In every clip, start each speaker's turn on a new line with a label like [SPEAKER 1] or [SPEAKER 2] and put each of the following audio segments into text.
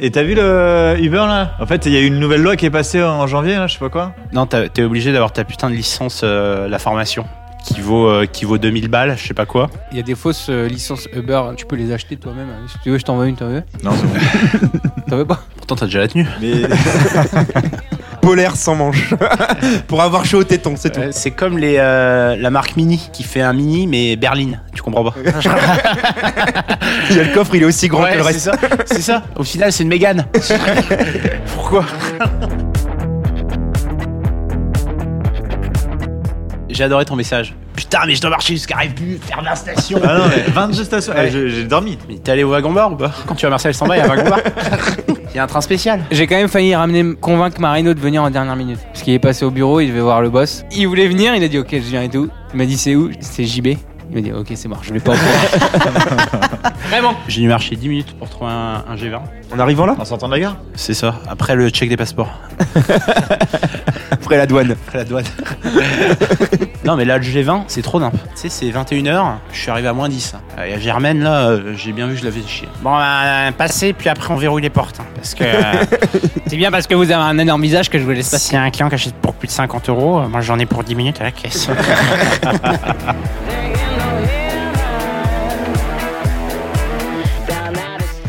[SPEAKER 1] Et t'as vu le Uber là En fait, il y a eu une nouvelle loi qui est passée en janvier, là, je sais pas quoi.
[SPEAKER 2] Non, t'as- t'es obligé d'avoir ta putain de licence, euh, la formation, qui vaut, euh, qui vaut 2000 balles, je sais pas quoi.
[SPEAKER 3] Il y a des fausses euh, licences Uber, tu peux les acheter toi-même. hein. Si tu veux, je t'envoie une, t'en veux
[SPEAKER 1] Non,
[SPEAKER 3] T'en veux pas
[SPEAKER 2] Pourtant, t'as déjà la tenue.
[SPEAKER 1] mais
[SPEAKER 4] Polaire sans manche. Pour avoir chaud au téton, c'est tout.
[SPEAKER 2] Euh, c'est comme les, euh, la marque Mini qui fait un Mini, mais berline. Tu comprends pas
[SPEAKER 4] Il y a le coffre, il est aussi grand
[SPEAKER 2] Ouais,
[SPEAKER 4] que le
[SPEAKER 2] c'est
[SPEAKER 4] reste.
[SPEAKER 2] ça. C'est ça. Au final, c'est une Mégane. Pourquoi J'ai adoré ton message. Putain, mais je dois marcher jusqu'à Répu, faire de la station.
[SPEAKER 1] ah non, mais 22 stations. Eh,
[SPEAKER 2] Ouais.
[SPEAKER 1] j'ai- J'ai dormi.
[SPEAKER 2] Hein Mais t'es allé au wagon bar ou pas Quand tu vas à Marseille, elle s'en va, il y a un wagon bar. Il y a un train spécial.
[SPEAKER 3] J'ai quand même failli ramener, convaincre Marino de venir en dernière minute. Parce qu'il est passé au bureau, il devait voir le boss. Il voulait venir, il a dit ok, je viens et tout. Il m'a dit c'est où C'est JB. Il m'a dit ok, c'est mort, je vais pas au courant. Vraiment
[SPEAKER 2] J'ai dû marcher 10 minutes pour trouver un, un G20.
[SPEAKER 4] En arrivant là
[SPEAKER 1] En sortant de la gare
[SPEAKER 2] C'est ça, après le check des passeports.
[SPEAKER 4] Après la douane.
[SPEAKER 2] Après la douane. non, mais là, le G20, c'est trop nimp. Tu sais, c'est 21h, je suis arrivé à moins 10. Euh, Et à Germaine, là, euh, j'ai bien vu, je l'avais chier. Bon, bah, passez, puis après, on verrouille les portes. hein, parce que euh,
[SPEAKER 3] C'est bien parce que vous avez un énorme visage que je vous laisse passer.
[SPEAKER 2] s'il y a un client qui achète pour plus de 50 euros, euh, moi, j'en ai pour 10 minutes à la caisse.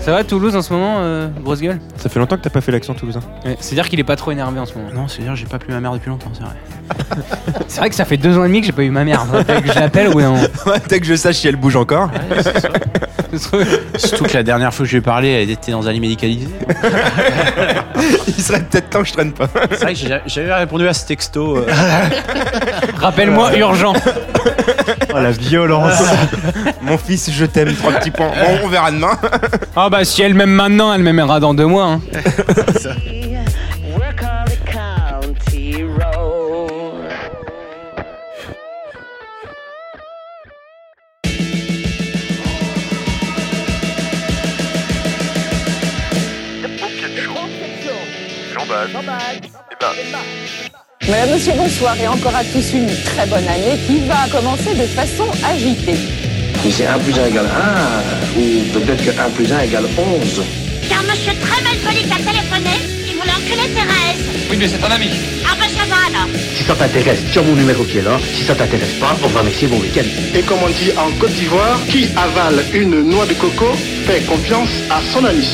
[SPEAKER 3] Ça va Toulouse en ce moment, euh, grosse gueule
[SPEAKER 4] Ça fait longtemps que t'as pas fait l'accent toulousain.
[SPEAKER 3] Ouais, C'est-à-dire qu'il est pas trop énervé en ce moment.
[SPEAKER 2] non, c'est-à-dire, j'ai pas plus ma mère depuis longtemps, c'est vrai.
[SPEAKER 3] C'est vrai que ça fait deux ans et demi que j'ai pas eu ma mère. Faudrait que je l'appelle ou non
[SPEAKER 4] Dès que je sache si elle bouge encore.
[SPEAKER 2] Surtout que la dernière fois que je lui ai parlé, elle était dans un lit médicalisé.
[SPEAKER 4] Il serait peut-être temps que je traîne pas.
[SPEAKER 2] C'est vrai que j'ai- j'avais répondu à ce texto. euh,
[SPEAKER 3] Rappelle-moi urgent.
[SPEAKER 1] Oh la violence
[SPEAKER 4] Mon fils, je t'aime. Trois petits points. Bon, on verra demain.
[SPEAKER 3] Ah bah si elle m'aime maintenant, elle m'aimera dans deux mois. hein.
[SPEAKER 5] Work on the county road.
[SPEAKER 6] Madame, monsieur, bonsoir et encore à tous une très bonne année qui va commencer de façon agitée.
[SPEAKER 7] Mais c'est 1 plus 1 égale 1, ou peut-être que 1 plus 1 égale 11.
[SPEAKER 8] Car monsieur très malpoli a téléphoné, il voulait enculer Thérèse. Oui, mais c'est un ami. Ah ben ça va alors.
[SPEAKER 7] Si ça t'intéresse, tu as mon numéro qui est là. Si ça t'intéresse pas, on va mixer mon week-end. Et comme on dit en Côte d'Ivoire, qui avale une noix de coco fait confiance à son ami.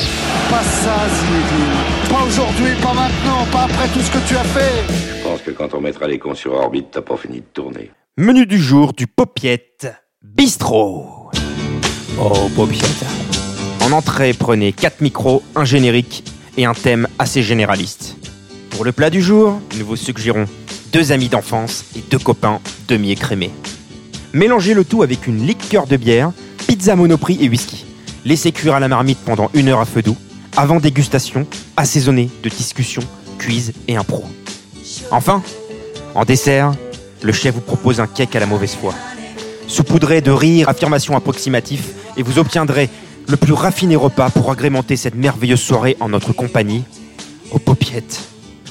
[SPEAKER 9] Pas ça, Zinedine. Pas aujourd'hui, pas maintenant, pas après tout ce que tu as fait.
[SPEAKER 7] Je pense que quand on mettra les cons sur orbite, t'as pas fini de tourner.
[SPEAKER 4] Menu du jour du Popiette Bistrot.
[SPEAKER 2] Oh, Popiette.
[SPEAKER 4] En entrée, prenez 4 micros, un générique et un thème assez généraliste. Pour le plat du jour, nous vous suggérons deux amis d'enfance et deux copains demi-écrémés. Mélangez le tout avec une liqueur de bière, pizza monoprix et whisky. Laissez cuire à la marmite pendant une heure à feu doux, avant dégustation, assaisonnée de discussions, quiz et impro. Enfin, en dessert, le chef vous propose un cake à la mauvaise foi. Saupoudrez de rire, affirmations approximatives, et vous obtiendrez le plus raffiné repas pour agrémenter cette merveilleuse soirée en notre compagnie, aux paupiettes.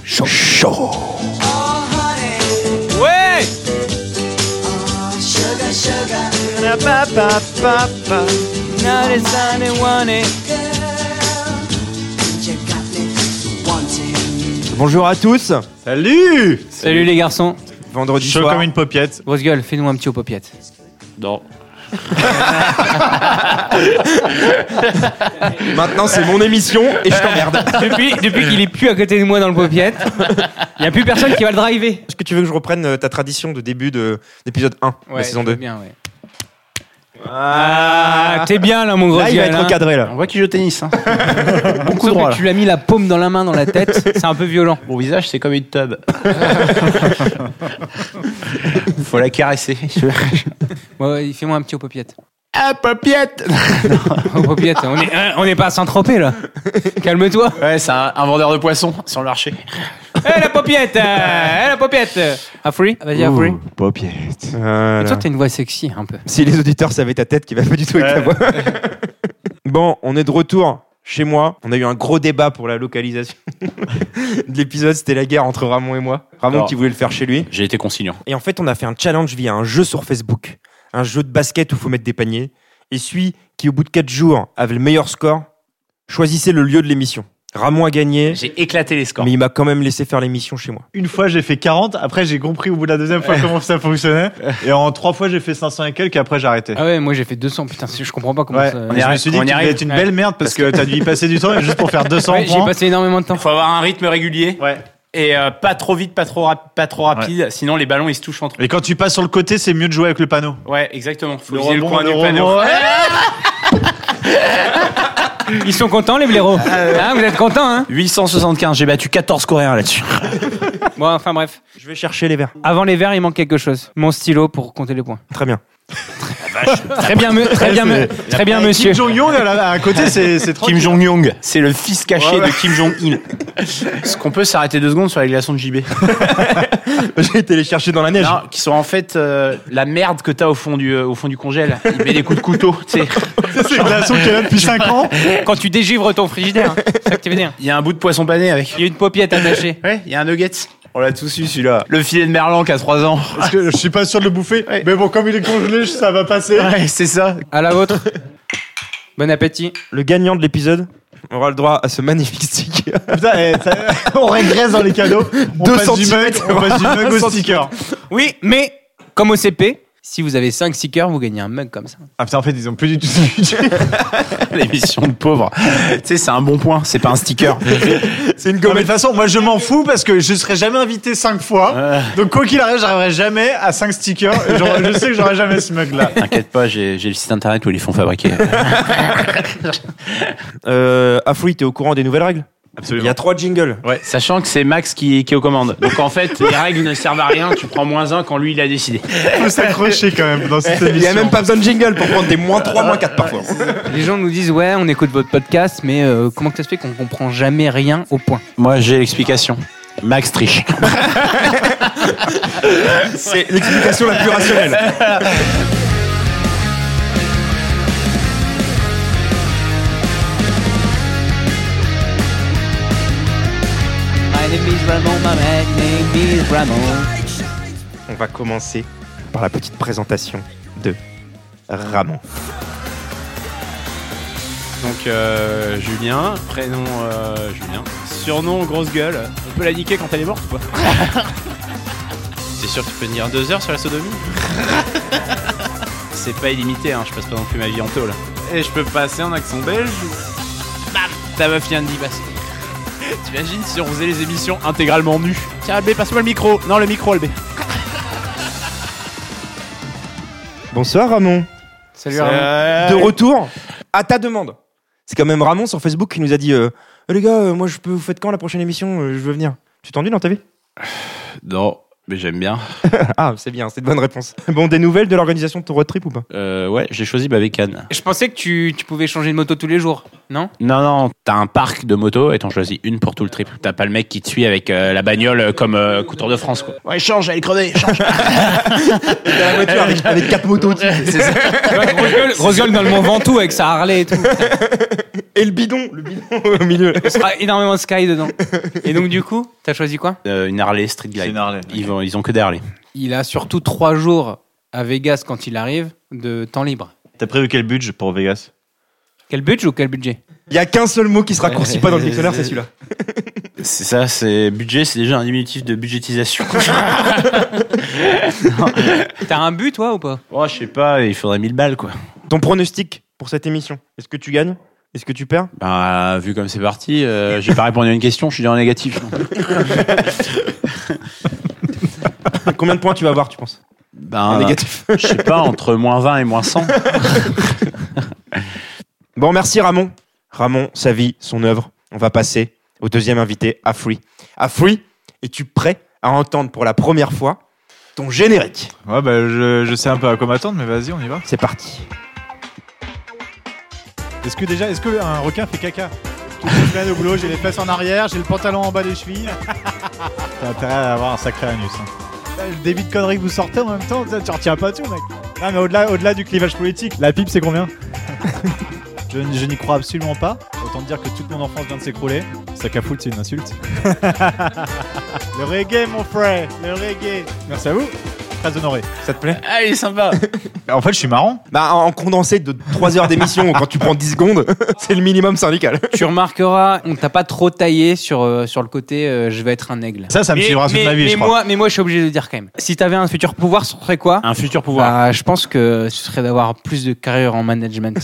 [SPEAKER 4] Chaud.
[SPEAKER 3] Ouais Now this time they want it.
[SPEAKER 4] Bonjour à tous,
[SPEAKER 1] Salut
[SPEAKER 3] Salut les garçons.
[SPEAKER 4] vendredi
[SPEAKER 1] Chaud
[SPEAKER 4] soir.
[SPEAKER 1] comme une paupiette.
[SPEAKER 3] Grosse gueule, fais-nous un petit aux popiettes.
[SPEAKER 2] Non.
[SPEAKER 4] Maintenant c'est mon émission et je t'emmerde.
[SPEAKER 3] Depuis, depuis qu'il est plus à côté de moi dans le popiette, il y a plus personne qui va le driver.
[SPEAKER 4] Est-ce que tu veux que je reprenne euh, ta tradition de début de- d'épisode 1, de la saison 2
[SPEAKER 3] Bien, ouais. Ah, t'es bien là, mon gros
[SPEAKER 4] Là il va
[SPEAKER 3] gueule,
[SPEAKER 4] être
[SPEAKER 3] hein.
[SPEAKER 4] encadré là.
[SPEAKER 2] On voit qu'il joue au tennis. Hein.
[SPEAKER 3] Sauf que tu l'as mis la paume dans la main, dans la tête. C'est un peu violent.
[SPEAKER 2] Mon visage, c'est comme une tub. Faut la caresser.
[SPEAKER 3] Ouais, ouais, fais-moi un petit aux popiettes.
[SPEAKER 2] Ah, papiette
[SPEAKER 3] Aux popiettes, on est, hein, on est pas à Saint-Tropez là. Calme-toi.
[SPEAKER 2] Ouais, c'est un, un vendeur de poissons sur le marché.
[SPEAKER 3] Hé la popiette euh, Hé la popiette Afri Ah, Vas-y, Afri.
[SPEAKER 4] Voilà.
[SPEAKER 3] Toi, t'as une voix sexy un peu.
[SPEAKER 4] Si les auditeurs savaient ta tête qui va pas du tout avec ta voix. bon, on est de retour chez moi. On a eu un gros débat pour la localisation de l'épisode. C'était la guerre entre Ramon et moi. Ramon
[SPEAKER 2] Alors.
[SPEAKER 4] qui voulait le faire chez lui.
[SPEAKER 2] J'ai été consignant.
[SPEAKER 4] Et en fait, on a fait un challenge via un jeu sur Facebook. Un jeu de basket où faut mettre des paniers. Et celui qui, au bout de 4 jours, avait le meilleur score, Choisissez le lieu de l'émission. Ramon a gagné,
[SPEAKER 2] J'ai éclaté les scores.
[SPEAKER 4] mais il m'a quand même laissé faire l'émission chez moi.
[SPEAKER 10] Une fois, j'ai fait 40. Après, j'ai compris au bout de la deuxième fois comment ça fonctionnait. Et en trois fois, j'ai fait 500 et quelques. Et après, j'ai arrêté.
[SPEAKER 3] Ah ouais, moi j'ai fait 200, putain, c'est- je comprends pas comment
[SPEAKER 10] Ouais.
[SPEAKER 3] ça.
[SPEAKER 10] Et je me suis dit
[SPEAKER 2] on
[SPEAKER 10] que
[SPEAKER 2] y
[SPEAKER 10] tu
[SPEAKER 2] arrive.
[SPEAKER 10] devais être une
[SPEAKER 3] Ouais.
[SPEAKER 10] belle merde parce que t'as dû y passer du temps juste pour faire 200
[SPEAKER 3] Ouais, j'ai
[SPEAKER 10] points.
[SPEAKER 3] passé énormément de temps.
[SPEAKER 2] Il faut avoir un rythme régulier
[SPEAKER 10] Ouais.
[SPEAKER 2] et euh, pas trop vite, pas trop, rap- pas trop rapide, sinon les ballons ils se touchent entre
[SPEAKER 10] Et quand tu passes sur le côté, c'est mieux de jouer avec le panneau.
[SPEAKER 2] eux. Ouais, exactement. Faut
[SPEAKER 10] Le
[SPEAKER 2] viser le
[SPEAKER 10] rebond,
[SPEAKER 2] coin
[SPEAKER 10] le
[SPEAKER 2] du
[SPEAKER 10] rebond.
[SPEAKER 2] panneau.
[SPEAKER 3] Ils sont contents, les blaireaux. Hein, vous êtes contents, hein
[SPEAKER 2] 875, j'ai battu 14 coréens là-dessus.
[SPEAKER 3] Bon, enfin bref.
[SPEAKER 4] Je vais chercher les verres.
[SPEAKER 3] Avant les verres, il manque quelque chose. Mon stylo pour compter les points.
[SPEAKER 4] Très bien.
[SPEAKER 3] Très bien, me- très bien, me- très bien, monsieur.
[SPEAKER 10] Kim Jong-un, à, la- à côté, c'est c'est trop.
[SPEAKER 2] Kim Jong-un, c'est le fils caché
[SPEAKER 10] Ouais, ouais.
[SPEAKER 2] de Kim Jong-il. Est-ce qu'on peut s'arrêter deux secondes sur les glaçons de JB
[SPEAKER 4] J'ai été les chercher dans la neige.
[SPEAKER 2] Non, qui sont en fait euh, la merde que t'as au fond du euh, au fond du congèle. Il met des coups de couteau. Tu sais,
[SPEAKER 10] C'est une glaçon qui est là depuis 5 ans.
[SPEAKER 3] Quand tu dégivres ton frigidaire, hein. c'est ça que tu veux dire.
[SPEAKER 2] il y a un bout de poisson pané avec.
[SPEAKER 3] Il y a une paupiette attachée.
[SPEAKER 2] Ouais, il y a un nugget.
[SPEAKER 10] On l'a tous eu, celui-là.
[SPEAKER 2] Le filet de Merlan qui a 3 ans.
[SPEAKER 10] Parce que je suis pas sûr de le bouffer.
[SPEAKER 2] Ouais.
[SPEAKER 10] Mais bon, comme il est congelé, ça va passer.
[SPEAKER 2] Ouais, c'est ça.
[SPEAKER 3] À la vôtre. Bon appétit.
[SPEAKER 4] Le gagnant de l'épisode aura le droit à ce magnifique sticker.
[SPEAKER 10] Putain, eh, ça- on régresse dans les cadeaux. On
[SPEAKER 4] Deux
[SPEAKER 10] passe du mug,
[SPEAKER 4] centimètres.
[SPEAKER 10] on passe du mug au
[SPEAKER 4] centimètre.
[SPEAKER 10] sticker.
[SPEAKER 3] Oui, mais comme au CP, si vous avez 5 stickers, vous gagnez un mug comme ça.
[SPEAKER 10] Ah putain, en fait, ils ont plus du tout de budget.
[SPEAKER 2] L'émission de pauvre. tu sais, c'est un bon point. C'est pas un sticker.
[SPEAKER 10] C'est une gomme. De toute façon, moi, je m'en fous parce que je serai jamais invité 5 fois. Donc, quoi qu'il arrive, j'arriverai jamais à 5 stickers. Et j'aurai- je sais que j'aurai jamais ce mug-là.
[SPEAKER 2] T'inquiète pas, j'ai j'ai le site internet où ils les font fabriquer.
[SPEAKER 4] Euh, Afoui, t'es au courant des nouvelles règles Il y a trois jingles.
[SPEAKER 2] Sachant que c'est Max qui, qui est aux commandes. Donc en fait, les règles ne servent à rien. Tu prends moins un quand lui il a décidé.
[SPEAKER 10] Il faut s'accrocher quand même dans cette émission.
[SPEAKER 4] Il n'y a même pas besoin de jingle pour prendre des moins 3, moins 4 parfois.
[SPEAKER 3] Les gens nous disent ouais, on écoute votre podcast, mais euh, comment que ça se fait qu'on comprend jamais rien au point
[SPEAKER 2] Moi j'ai l'explication. Max triche.
[SPEAKER 4] C'est l'explication la plus rationnelle. On va commencer par la petite présentation de Ramon.
[SPEAKER 2] Donc euh, Julien, prénom euh, Julien, surnom grosse gueule. On peut la niquer quand elle est morte ou pas C'est sûr que tu peux tenir deux heures sur la sodomie C'est pas illimité, hein, je passe pas non plus ma vie en tôle. Et je peux passer en accent belge ou- Bam Ta meuf vient de dire bah, T'imagines si on faisait les émissions intégralement nues Tiens Albé, passe-moi le micro Non, le micro Albé
[SPEAKER 4] Bonsoir Ramon.
[SPEAKER 3] Salut Ramon.
[SPEAKER 4] De retour à ta demande. C'est quand même Ramon sur Facebook qui nous a dit euh, Eh les gars, euh, moi je peux vous faites quand la prochaine émission Euh, Je veux venir. Tu t'ennuies dans ta vie
[SPEAKER 2] Non, mais j'aime bien.
[SPEAKER 4] Ah, c'est bien, c'est de bonnes réponses. Bon, des nouvelles de l'organisation de ton road trip ou pas
[SPEAKER 2] Euh, ouais, j'ai choisi Babécane.
[SPEAKER 3] Je pensais que tu, tu pouvais changer de moto tous les jours, non
[SPEAKER 2] Non, non, t'as un parc de motos et t'en choisis une pour tout le trip. T'as pas le mec qui te suit avec euh, la bagnole euh, comme euh, Couture de France, quoi. Ouais, change, elle est crevée, change.
[SPEAKER 4] la voiture avec, quatre motos
[SPEAKER 3] grosse, gueule, grosse gueule dans le Mont Ventoux avec sa Harley et tout.
[SPEAKER 4] et le bidon, le bidon au milieu.
[SPEAKER 3] Il sera Ah, énormément de Sky dedans. Et donc du coup, t'as choisi quoi
[SPEAKER 2] Euh, une Harley Street
[SPEAKER 10] C'est
[SPEAKER 2] Glide.
[SPEAKER 10] une Harley.
[SPEAKER 2] Ils, vont, ils ont que des Harley.
[SPEAKER 3] Il a surtout trois jours à Vegas quand il arrive de temps libre.
[SPEAKER 10] T'as prévu quel budget pour Vegas
[SPEAKER 3] Quel budget ou quel budget
[SPEAKER 4] Il y a qu'un seul mot qui se raccourcit pas dans le dictionnaire, c'est celui-là.
[SPEAKER 2] C'est ça, c'est budget, c'est déjà un diminutif de budgétisation.
[SPEAKER 3] T'as un but toi ou pas
[SPEAKER 2] oh, je sais pas, il faudrait 1000 balles, quoi.
[SPEAKER 4] Ton pronostic pour cette émission, est-ce que tu gagnes Est-ce que tu perds
[SPEAKER 2] Bah, vu comme c'est parti, euh, j'ai pas répondu à une question, je suis déjà en négatif.
[SPEAKER 4] Combien de points tu vas avoir, tu penses
[SPEAKER 2] Ben,
[SPEAKER 4] négatif.
[SPEAKER 2] je sais pas, entre moins 20 et moins 100.
[SPEAKER 4] Bon, merci Ramon. Ramon, sa vie, son œuvre. On va passer au deuxième invité, Afri. Afri, es-tu prêt à entendre pour la première fois ton générique
[SPEAKER 10] Ouais, bah, je, je sais un peu à quoi m'attendre, mais vas-y, on y va.
[SPEAKER 4] C'est parti.
[SPEAKER 10] Est-ce que déjà, est-ce qu'un requin fait caca Toutes les semaines au boulot, j'ai les fesses en arrière, j'ai le pantalon en bas des chevilles. T'as intérêt à avoir un sacré anus. hein. Putain, Le débit de conneries que vous sortez en même temps, putain, tu retiens pas tout, mec. Non, mais au-delà au-delà du clivage politique, la pipe, c'est combien Je, n- je n'y crois absolument pas. Autant dire que toute mon enfance vient de s'écrouler. Sac à foutre, c'est une insulte. le reggae, mon frère, le reggae. Merci à vous. très honoré.
[SPEAKER 4] Ça te plaît
[SPEAKER 2] Ah, il est sympa.
[SPEAKER 10] En fait, je suis marrant.
[SPEAKER 4] Bah, en en condensé de 3 heures d'émission, quand tu prends 10 secondes, c'est le minimum syndical.
[SPEAKER 3] Tu remarqueras, on t'a pas trop taillé sur, euh, sur le côté euh, je vais être un aigle.
[SPEAKER 10] Ça, ça me
[SPEAKER 3] mais,
[SPEAKER 10] suivra toute
[SPEAKER 3] mais-
[SPEAKER 10] ma vie,
[SPEAKER 3] mais
[SPEAKER 10] je crois.
[SPEAKER 3] moi, mais moi, je suis obligé de le dire quand même. Si t'avais un futur pouvoir, ce serait quoi
[SPEAKER 2] Un futur pouvoir.
[SPEAKER 3] bah, Je pense que ce serait d'avoir plus de carrière en management.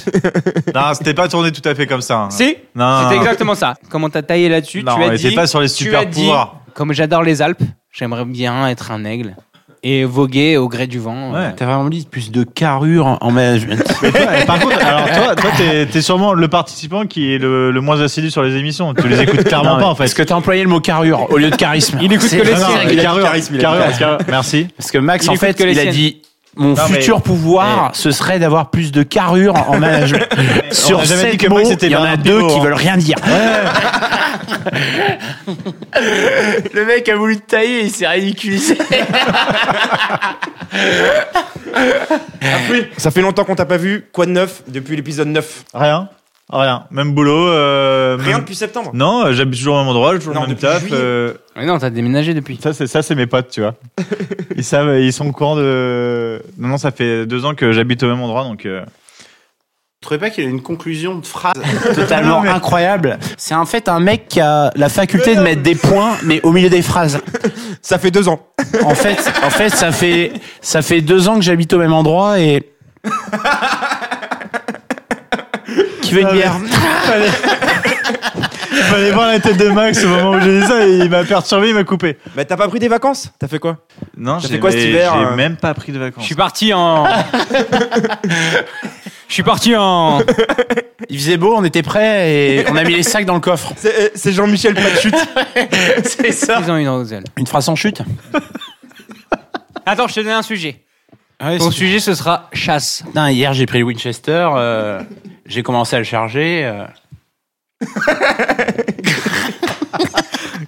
[SPEAKER 10] Non, c'était pas tourné tout à fait comme ça. hein.
[SPEAKER 3] si
[SPEAKER 10] Non.
[SPEAKER 3] C'était exactement ça. Comment t'as taillé là-dessus
[SPEAKER 10] Non,
[SPEAKER 3] Tu as
[SPEAKER 10] mais c'est
[SPEAKER 3] dit,
[SPEAKER 10] pas sur les
[SPEAKER 3] tu
[SPEAKER 10] super
[SPEAKER 3] as dit,
[SPEAKER 10] pouvoirs.
[SPEAKER 3] Comme j'adore les Alpes, j'aimerais bien être un aigle et voguer au gré du vent.
[SPEAKER 10] Ouais.
[SPEAKER 2] Bah, T'as vraiment dit plus de carrure en management.
[SPEAKER 10] Mais toi, par contre, alors toi, toi, t'es, t'es sûrement le participant qui est le, le moins assidu sur les émissions. Tu les écoutes clairement
[SPEAKER 2] Non, mais
[SPEAKER 10] Ah, pas en fait.
[SPEAKER 2] Parce que t'as employé le mot carrure au lieu de charisme. Il écoute
[SPEAKER 3] que les
[SPEAKER 10] Non, non,
[SPEAKER 3] siennes.
[SPEAKER 10] mais
[SPEAKER 3] Il a dit
[SPEAKER 10] carrure,
[SPEAKER 4] charisme, il a dit
[SPEAKER 10] carrure,
[SPEAKER 4] charisme.
[SPEAKER 10] carrure. Merci.
[SPEAKER 2] Parce que Max,
[SPEAKER 3] Il
[SPEAKER 2] en
[SPEAKER 3] écoute
[SPEAKER 2] fait,
[SPEAKER 3] que les
[SPEAKER 2] il a
[SPEAKER 3] siennes.
[SPEAKER 2] dit mon
[SPEAKER 10] Non, mais-
[SPEAKER 2] futur pouvoir, ce serait d'avoir plus de carrure en management.
[SPEAKER 10] on
[SPEAKER 2] Sur
[SPEAKER 10] a jamais dit
[SPEAKER 2] sept
[SPEAKER 10] que
[SPEAKER 2] mots,
[SPEAKER 10] Max était
[SPEAKER 2] il y en a
[SPEAKER 10] Bernard
[SPEAKER 2] deux
[SPEAKER 10] Pivot,
[SPEAKER 2] qui
[SPEAKER 10] hein.
[SPEAKER 2] veulent rien dire. le mec a voulu te tailler, il s'est ridiculisé.
[SPEAKER 4] Ça fait longtemps qu'on t'a pas vu. Quoi de neuf depuis l'épisode 9
[SPEAKER 10] Rien. Rien. Même boulot. euh,
[SPEAKER 4] Rien
[SPEAKER 10] même-
[SPEAKER 4] depuis septembre.
[SPEAKER 10] Non, euh, j'habite toujours au même endroit, toujours
[SPEAKER 4] Non,
[SPEAKER 10] le même
[SPEAKER 4] depuis
[SPEAKER 10] taf.
[SPEAKER 4] juillet.
[SPEAKER 10] euh,
[SPEAKER 3] Mais non, t'as déménagé depuis.
[SPEAKER 10] Ça, c'est ça, c'est mes potes, tu vois. Ils savent, ils sont au courant de. Non, non, ça fait deux ans que j'habite au même endroit, donc. euh,
[SPEAKER 2] Je trouvais pas qu'il a une conclusion de phrase totalement
[SPEAKER 10] Non, mais-
[SPEAKER 2] incroyable. C'est en fait un mec qui a la faculté de mettre des points, mais au milieu des phrases.
[SPEAKER 4] Ça fait deux ans.
[SPEAKER 2] En fait, en fait, ça fait ça fait deux ans que j'habite au même endroit et qui veut une
[SPEAKER 10] Ah, mais-
[SPEAKER 2] bière
[SPEAKER 10] Fallait... Fallait voir la tête de Max au moment où j'ai dit ça, et il m'a perturbé, il m'a coupé.
[SPEAKER 4] Mais Bah, t'as pas pris des vacances T'as fait quoi
[SPEAKER 10] Non,
[SPEAKER 4] Ça
[SPEAKER 10] j'ai
[SPEAKER 4] fait quoi cet
[SPEAKER 10] mais
[SPEAKER 4] hiver,
[SPEAKER 10] J'ai
[SPEAKER 4] euh
[SPEAKER 10] même pas pris de vacances.
[SPEAKER 3] Je suis parti en. Je suis parti en.
[SPEAKER 2] Il faisait beau, on était prêts et on a mis les sacs dans le coffre.
[SPEAKER 4] C'est euh, c'est Jean-Michel Patchut.
[SPEAKER 2] C'est ça.
[SPEAKER 3] Ils ont une roselle.
[SPEAKER 2] Une phrase en chute.
[SPEAKER 3] Attends, je te donne un sujet.
[SPEAKER 2] Ah Ouais,
[SPEAKER 3] Ton sujet, ce sera chasse.
[SPEAKER 2] Putain, hier j'ai pris le Winchester, euh, j'ai commencé à le charger. euh.